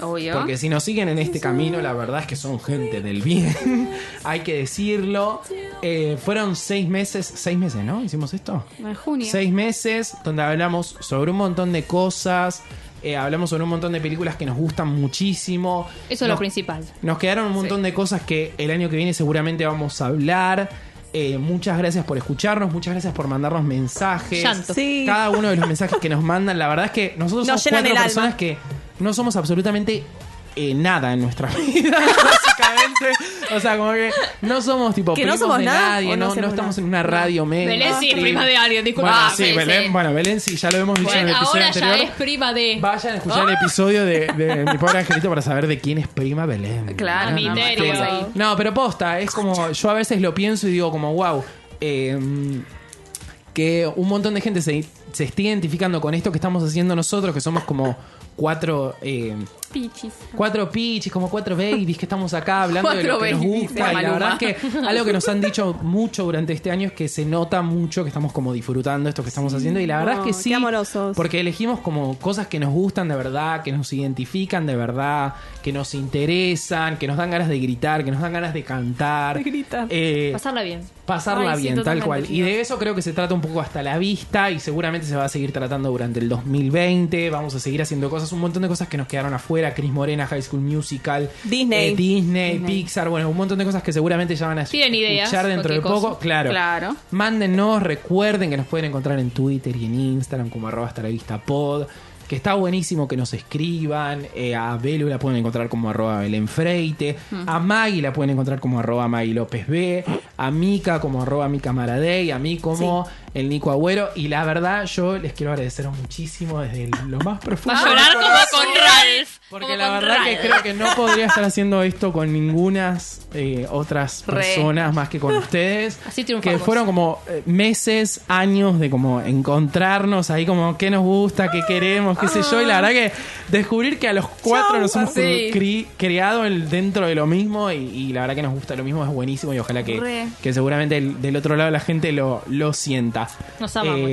Speaker 2: Obvio.
Speaker 1: Porque si nos siguen en este camino, la verdad es que son gente del bien. Hay que decirlo. Eh, fueron seis meses. Seis meses, ¿no? ¿Hicimos esto?
Speaker 2: En junio.
Speaker 1: Seis meses donde hablamos sobre un montón de cosas. eh, hablamos sobre un montón de películas que nos gustan muchísimo.
Speaker 4: Eso es lo
Speaker 1: Nos-
Speaker 4: principal.
Speaker 1: Nos quedaron un montón de cosas que el año que viene seguramente vamos a hablar. Eh, muchas gracias por escucharnos, muchas gracias por mandarnos mensajes.
Speaker 4: Llanto.
Speaker 3: Sí.
Speaker 1: Cada uno de los mensajes que nos mandan, la verdad es que nosotros
Speaker 3: Nos
Speaker 1: somos
Speaker 3: llenan
Speaker 1: cuatro
Speaker 3: el alma.
Speaker 1: personas que no somos absolutamente eh, nada en nuestra vida, básicamente. O sea, como que no somos tipo
Speaker 3: Que no
Speaker 1: primos
Speaker 3: somos
Speaker 1: de
Speaker 3: nada,
Speaker 1: nadie,
Speaker 3: o no
Speaker 1: no, no
Speaker 3: hacemos
Speaker 1: estamos
Speaker 3: nada.
Speaker 1: en una radio menos.
Speaker 4: Belén sí es
Speaker 1: Sí.
Speaker 4: prima de alguien, disculpa.
Speaker 1: Bueno,
Speaker 4: Ah,
Speaker 1: sí,
Speaker 4: Belén,
Speaker 1: Belén,
Speaker 4: sí.
Speaker 1: bueno, Belén sí, ya lo hemos dicho en el
Speaker 4: Bueno,
Speaker 1: episodio
Speaker 4: ahora
Speaker 1: anterior.
Speaker 4: ya es prima de.
Speaker 1: Vayan a
Speaker 2: Ah.
Speaker 1: escuchar el episodio de, de Mi Pobre Angelito para saber de quién es prima Belén.
Speaker 2: Claro, no, no,
Speaker 4: Misterio.
Speaker 2: estamos ahí.
Speaker 1: No, pero posta, es como, yo a veces lo pienso y digo como, wow, que un montón de gente se, se esté identificando con esto que estamos haciendo nosotros, que somos como cuatro... eh,
Speaker 2: Pichis.
Speaker 1: Cuatro pichis, como cuatro babies que estamos acá hablando de lo
Speaker 2: Cuatro
Speaker 1: que nos
Speaker 2: babies,
Speaker 1: gusta.
Speaker 2: dice
Speaker 1: Y la
Speaker 2: Maluma.
Speaker 1: verdad es que algo que nos han dicho mucho durante este año es que se nota mucho que estamos como disfrutando esto que estamos haciendo. Y la verdad
Speaker 3: no,
Speaker 1: es que
Speaker 3: qué
Speaker 1: sí.
Speaker 3: amorosos.
Speaker 1: Porque elegimos como cosas que nos gustan de verdad, que nos identifican de verdad, que nos interesan, que nos dan ganas de gritar, que nos dan ganas de cantar.
Speaker 3: De gritar.
Speaker 1: Eh,
Speaker 4: Pasarla bien.
Speaker 1: pasarla
Speaker 2: Ay, sí,
Speaker 1: bien, tal
Speaker 2: totalmente,
Speaker 1: cual. Y de eso creo que se trata un poco hasta la vista y seguramente se va a seguir tratando durante el 2020. Vamos a seguir haciendo cosas, un montón de cosas que nos quedaron afuera. Cris Morena, High School Musical,
Speaker 3: Disney.
Speaker 1: eh, Disney, Pixar, bueno, un montón de cosas que seguramente ya van a
Speaker 4: Tienen ideas,
Speaker 1: escuchar dentro de
Speaker 4: cualquier
Speaker 1: poco. Claro.
Speaker 2: Claro.
Speaker 1: Mándenos, recuerden que nos pueden encontrar en Twitter y en Instagram como arroba hasta la vista pod. que está buenísimo que nos escriban. Eh, a Belu la pueden encontrar como arroba Belén Freite. A Maggie la pueden encontrar como arroba Maggie López B. A Mica como arroba Mica Maradei. A mí como el Nico Agüero. Y la verdad, yo les quiero agradecer muchísimo desde lo más
Speaker 5: Va
Speaker 1: profundo.
Speaker 5: a
Speaker 1: de mi
Speaker 5: llorar como
Speaker 1: corazón.
Speaker 5: con Ralph.
Speaker 1: Porque
Speaker 5: como
Speaker 1: la
Speaker 5: con
Speaker 1: verdad que
Speaker 5: Ralph.
Speaker 1: creo que no podría estar haciendo esto con ninguna eh, otras
Speaker 2: Re.
Speaker 1: personas más que con ustedes.
Speaker 4: Así triunfamos.
Speaker 1: que fueron como eh, meses, años de como encontrarnos ahí como qué nos gusta, qué queremos, qué sé yo. Y la verdad que descubrir que a los cuatro nos hemos
Speaker 2: así.
Speaker 1: cri- criado el- dentro de lo mismo y, y la verdad que nos gusta lo mismo es buenísimo y ojalá
Speaker 2: Re.
Speaker 1: que, que seguramente el- del otro lado la gente lo, lo sienta. Eh,
Speaker 4: Nos amamos.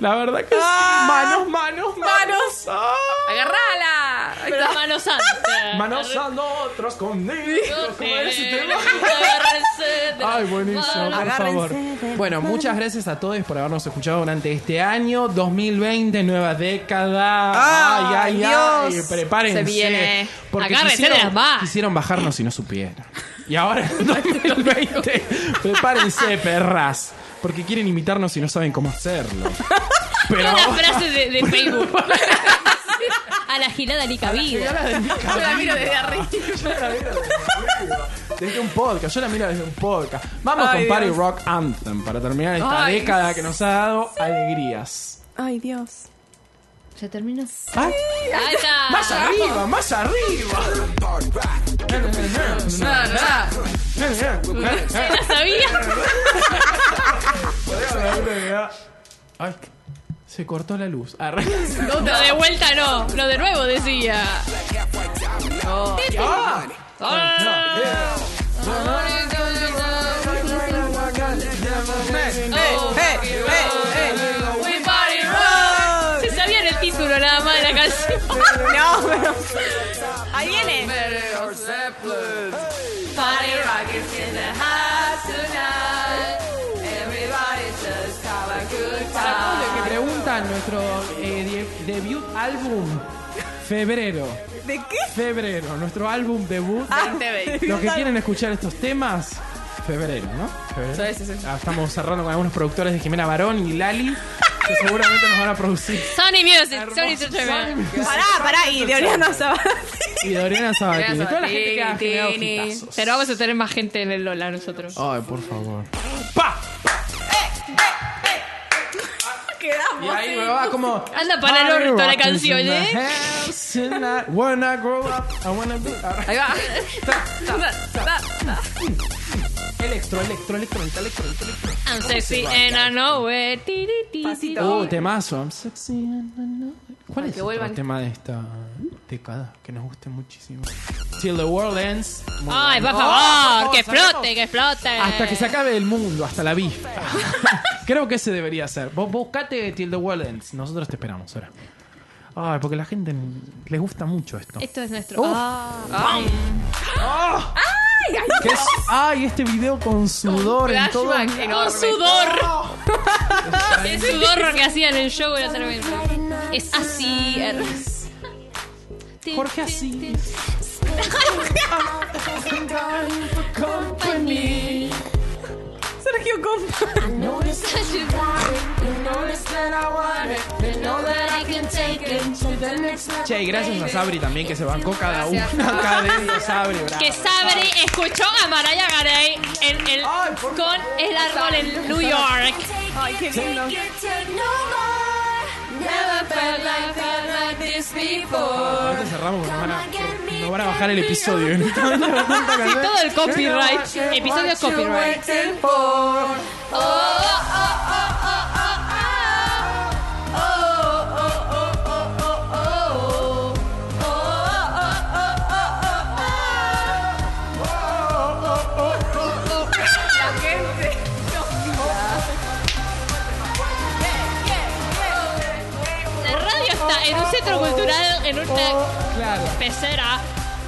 Speaker 1: la verdad que sí. Manos, manos, manos. Ah.
Speaker 2: ¡Agarrala! Ahí
Speaker 4: Pero
Speaker 2: está.
Speaker 4: mano santa.
Speaker 1: Manos a nosotros conmigo. ¿Cómo era ese tema? Ay, buenísimo, por favor.
Speaker 3: Agárrense de
Speaker 1: Bueno, muchas gracias a todos por habernos escuchado durante este año 2020, nueva década.
Speaker 3: Ay, Dios.
Speaker 1: prepárense.
Speaker 2: Se viene.
Speaker 1: Porque
Speaker 4: Agárrense
Speaker 1: quisieron,
Speaker 4: de las manos.
Speaker 1: quisieron bajarnos y no supieron. Y ahora en 2020, prepárense, perras. Porque quieren imitarnos y no saben cómo hacerlo. Pero
Speaker 4: Una frase de, de Facebook. A la gilada ni cabida.
Speaker 2: Yo la miro desde arriba.
Speaker 1: Yo la miro desde- desde un podcast, yo la miro desde un podcast. Vamos
Speaker 2: Ay,
Speaker 1: con Party
Speaker 2: Dios.
Speaker 1: Rock Anthem para terminar esta
Speaker 2: Ay,
Speaker 1: década que nos ha dado alegrías.
Speaker 3: Ay, Dios.
Speaker 4: ¿Se terminó?
Speaker 1: Ah,
Speaker 4: Ahí está.
Speaker 1: ¡Más arriba! ¡Más arriba!
Speaker 2: No, no.
Speaker 4: ¿La sabía?
Speaker 1: Ay, se cortó la luz. Ah, Arre.
Speaker 4: Lo de vuelta no. Lo de nuevo decía.
Speaker 1: Ah.
Speaker 4: We party rock. Se sabían el título nada más de la canción.
Speaker 3: No, pero. Ahí viene.
Speaker 5: Party rock is in the house tonight. Everybody just have a good time.
Speaker 1: Que preguntan nuestro eh, de- debut álbum. Febrero.
Speaker 3: ¿De qué?
Speaker 1: Febrero. Nuestro álbum debut. Los que quieren escuchar estos temas, febrero, ¿no? Febrero.
Speaker 2: Sí, sí, sí.
Speaker 1: Ah, Estamos cerrando con algunos productores de Jimena Barón y Lali, que seguramente nos van a producir.
Speaker 4: Sony Music. Sony Entertainment.
Speaker 3: Pará, pará, y de Oriana Sabatini.
Speaker 1: Y de Oriana Sabatini.
Speaker 2: Oriana
Speaker 1: Toda la gente que ha
Speaker 2: Sabatini.
Speaker 1: generado hitazos.
Speaker 4: Pero vamos a tener más gente en el Lola nosotros.
Speaker 1: Ay, por favor. ¡Pa! Y
Speaker 3: Quedamos.
Speaker 1: ahí me va como.
Speaker 4: Anda para el orto la canción, ¿eh?
Speaker 1: ¿eh? When I grow up, I wanna be. Ah,
Speaker 2: Ahí va.
Speaker 1: Electro, electro, electro, electro, electro.
Speaker 4: I'm sexy and I know it. Ti, ti, ti, ti.
Speaker 3: Pasito.
Speaker 1: Oh, temazo. I'm sexy and I know it. ¿Cuál
Speaker 2: Ay,
Speaker 1: es
Speaker 2: que
Speaker 1: otro
Speaker 2: vuelvan.
Speaker 1: tema de esta década que nos guste muchísimo? Till the world ends. Muy
Speaker 4: Ay, por
Speaker 1: bueno.
Speaker 4: favor, que
Speaker 1: saquemos.
Speaker 4: explote, que explote.
Speaker 1: Hasta
Speaker 4: Eh.
Speaker 1: que se acabe el mundo, hasta la bifa. Creo que ese debería ser. Vos buscate Till the world ends. Nosotros te esperamos ahora. Ay, porque la gente les gusta mucho esto.
Speaker 4: Esto es nuestro.
Speaker 1: Uf.
Speaker 4: Ah.
Speaker 1: ¿Qué es? Ay, este video con sudor en todo.
Speaker 2: Flashback enorme.
Speaker 4: sudor. El sudor que hacían en el show era tremendo. Es así. er.
Speaker 1: Jorge así.
Speaker 3: Sergio Compa.
Speaker 1: Che, y gracias a Sabri también que se bancó cada uno.
Speaker 2: Gracias.
Speaker 1: Cada uno, Sabri, bravo.
Speaker 4: Que Sabri escuchó a Mariah Carey en el-
Speaker 1: Ay, por
Speaker 4: con el árbol en New York.
Speaker 3: Ay, qué lindo.
Speaker 5: Never felt like, felt like this before.
Speaker 1: Ahorita cerramos porque nos van a, nos van a bajar el episodio.
Speaker 4: Todo el copyright. Episodio copyright. La Este radio está en un centro cultural, en una
Speaker 1: Claro.
Speaker 4: pecera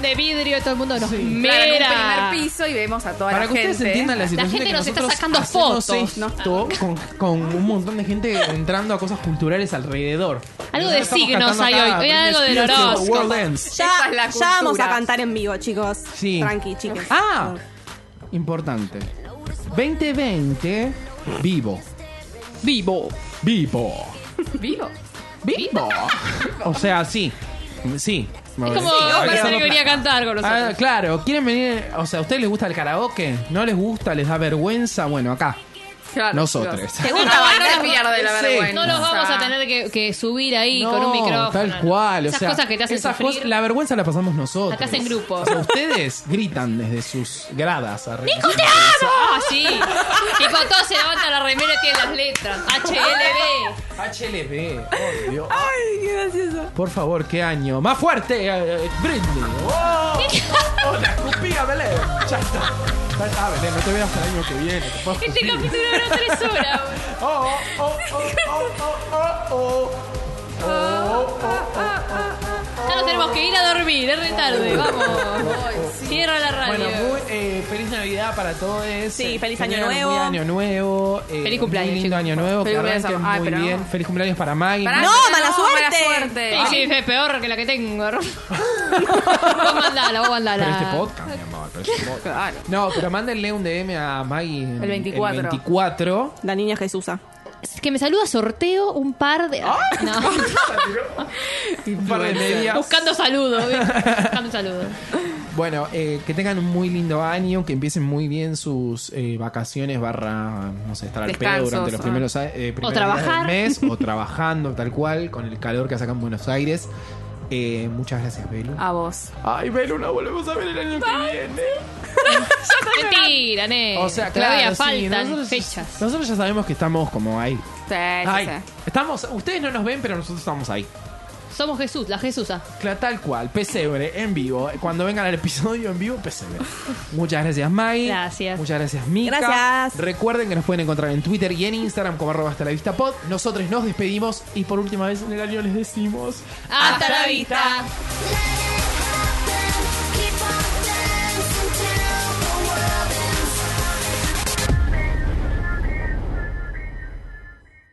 Speaker 4: de vidrio. Todo el mundo nos
Speaker 1: Sí.
Speaker 4: mira.
Speaker 2: Claro, en un primer piso y vemos a toda
Speaker 1: Para
Speaker 2: la
Speaker 1: que ustedes
Speaker 2: gente.
Speaker 1: entiendan la situación
Speaker 4: gente
Speaker 1: de que
Speaker 4: nos está
Speaker 1: nosotros
Speaker 4: sacando
Speaker 1: hacemos
Speaker 4: fotos, ¿no?
Speaker 1: esto con, con un montón de gente entrando a cosas culturales alrededor.
Speaker 4: Algo
Speaker 1: Nosotros
Speaker 4: de
Speaker 1: estamos
Speaker 4: signos
Speaker 1: cantando
Speaker 4: hay
Speaker 1: acá,
Speaker 4: hoy. Hoy hay algo del
Speaker 1: Britney Spears,
Speaker 4: horóscopo.
Speaker 1: World Ends.
Speaker 3: Ya,
Speaker 2: Esa es la
Speaker 3: ya vamos
Speaker 2: cultura.
Speaker 3: a cantar en vivo, chicos.
Speaker 1: Sí.
Speaker 3: Tranqui, chicos.
Speaker 1: Ah, importante. 2020, vivo. Vivo. Vivo.
Speaker 2: Vivo.
Speaker 1: Bimbo. o sea, sí. Sí.
Speaker 4: Es como
Speaker 1: Sí,
Speaker 4: parecer
Speaker 1: obvio.
Speaker 4: que venía a cantar con nosotros.
Speaker 1: Ah, claro, quieren venir. O sea, ¿a ustedes les gusta el karaoke? ¿No les gusta? ¿Les da vergüenza? Bueno, acá.
Speaker 2: Claro,
Speaker 1: Nosotros.
Speaker 2: chicos.
Speaker 3: ¿Te
Speaker 2: No,
Speaker 3: gusta
Speaker 2: no,
Speaker 3: bailar?
Speaker 2: no pierde la
Speaker 1: Sí.
Speaker 2: vergüenza.
Speaker 4: no los vamos a tener que, que subir ahí
Speaker 1: No,
Speaker 4: con un micrófono.
Speaker 1: Tal cual.
Speaker 4: Esas
Speaker 1: o sea,
Speaker 4: cosas que te hacen
Speaker 1: esas
Speaker 4: sufrir.
Speaker 1: cosas- la vergüenza la pasamos nosotros.
Speaker 4: Acá es en grupo.
Speaker 1: O sea, ustedes gritan desde sus gradas. arriba.
Speaker 4: Ah, sí. Y con todo se levanta la remera y tiene las letras. HLB.
Speaker 1: HLB. Oh, Dios.
Speaker 3: Ay, qué gracioso.
Speaker 1: Por favor, qué año. Más fuerte, eh, eh, Britney. ¡Oh! ¡Oh, la escupí a Belén! Ya está. Ya está, Belén, no te veas hasta el año que viene. te puedo
Speaker 4: Este
Speaker 1: escupir.
Speaker 4: capítulo duró tres horas. boludo.
Speaker 1: Oh, oh, oh, oh, oh, oh, oh. Oh, oh, oh.
Speaker 4: Ya nos tenemos que ir a dormir, es re tarde. Vamos. Cierra la radio.
Speaker 1: Bueno, muy, eh, feliz Navidad para todos.
Speaker 3: Sí,
Speaker 1: Eh,
Speaker 3: feliz
Speaker 1: que
Speaker 3: año
Speaker 1: tengan un
Speaker 3: nuevo.
Speaker 1: muy año nuevo. eh,
Speaker 4: Feliz cumpleaños,
Speaker 1: Muy lindo
Speaker 4: chicos.
Speaker 1: año nuevo.
Speaker 2: Feliz
Speaker 1: que
Speaker 2: cumpleaños.
Speaker 1: arranquen
Speaker 2: Ay,
Speaker 1: muy
Speaker 2: pero no.
Speaker 1: bien. Feliz cumpleaños para Maggie.
Speaker 2: Pará,
Speaker 3: No, mala
Speaker 2: Mala
Speaker 3: suerte.
Speaker 2: suerte.
Speaker 4: Ah, Sí, sí, fue peor que la que tengo. vos mandala, vos mandala.
Speaker 1: Pero este podcast, mi amor. pero este podcast.
Speaker 2: Claro.
Speaker 1: No, pero mándenle un DM a Maggie. en-
Speaker 2: El 24.
Speaker 1: El 24.
Speaker 3: La niña Jesusa.
Speaker 4: Es que me saluda sorteo un par de.
Speaker 1: Ah.
Speaker 4: No.
Speaker 1: Un par de medias.
Speaker 4: Buscando saludos, ¿viste? Buscando saludos.
Speaker 1: Bueno, eh, que tengan un muy lindo año, que empiecen muy bien sus eh, vacaciones barra, no sé, estar al pedo
Speaker 2: Descansos,
Speaker 1: durante los
Speaker 2: ah.
Speaker 1: primeros, a- eh, primeros
Speaker 4: O trabajar.
Speaker 1: días del mes o trabajando tal cual, con el calor que saca en Buenos Aires. Eh, muchas gracias, Belu.
Speaker 2: A vos.
Speaker 1: Ay, Belu, nos volvemos a ver el año que viene.
Speaker 4: Mentira, nene.
Speaker 1: O sea,
Speaker 4: Todavía
Speaker 1: claro, sí,
Speaker 4: faltan
Speaker 1: nosotros,
Speaker 4: fechas.
Speaker 1: Nosotros ya sabemos que estamos como ahí.
Speaker 2: Sí,
Speaker 1: Ay,
Speaker 2: sí, sí.
Speaker 1: estamos, ustedes no nos ven, pero nosotros estamos ahí.
Speaker 4: Somos Jesús, la Jesusa.
Speaker 1: Cla- Tal cual, pesebre, en vivo. Cuando vengan al episodio en vivo, pesebre. Muchas gracias, Mai.
Speaker 4: Gracias.
Speaker 1: Muchas gracias, Mika.
Speaker 3: Gracias.
Speaker 1: Recuerden que nos pueden encontrar en Twitter y en Instagram como arroba hasta la vista pod. Nosotros nos despedimos y por última vez en el año les decimos...
Speaker 4: Hasta la vista.
Speaker 6: Keep on dancing till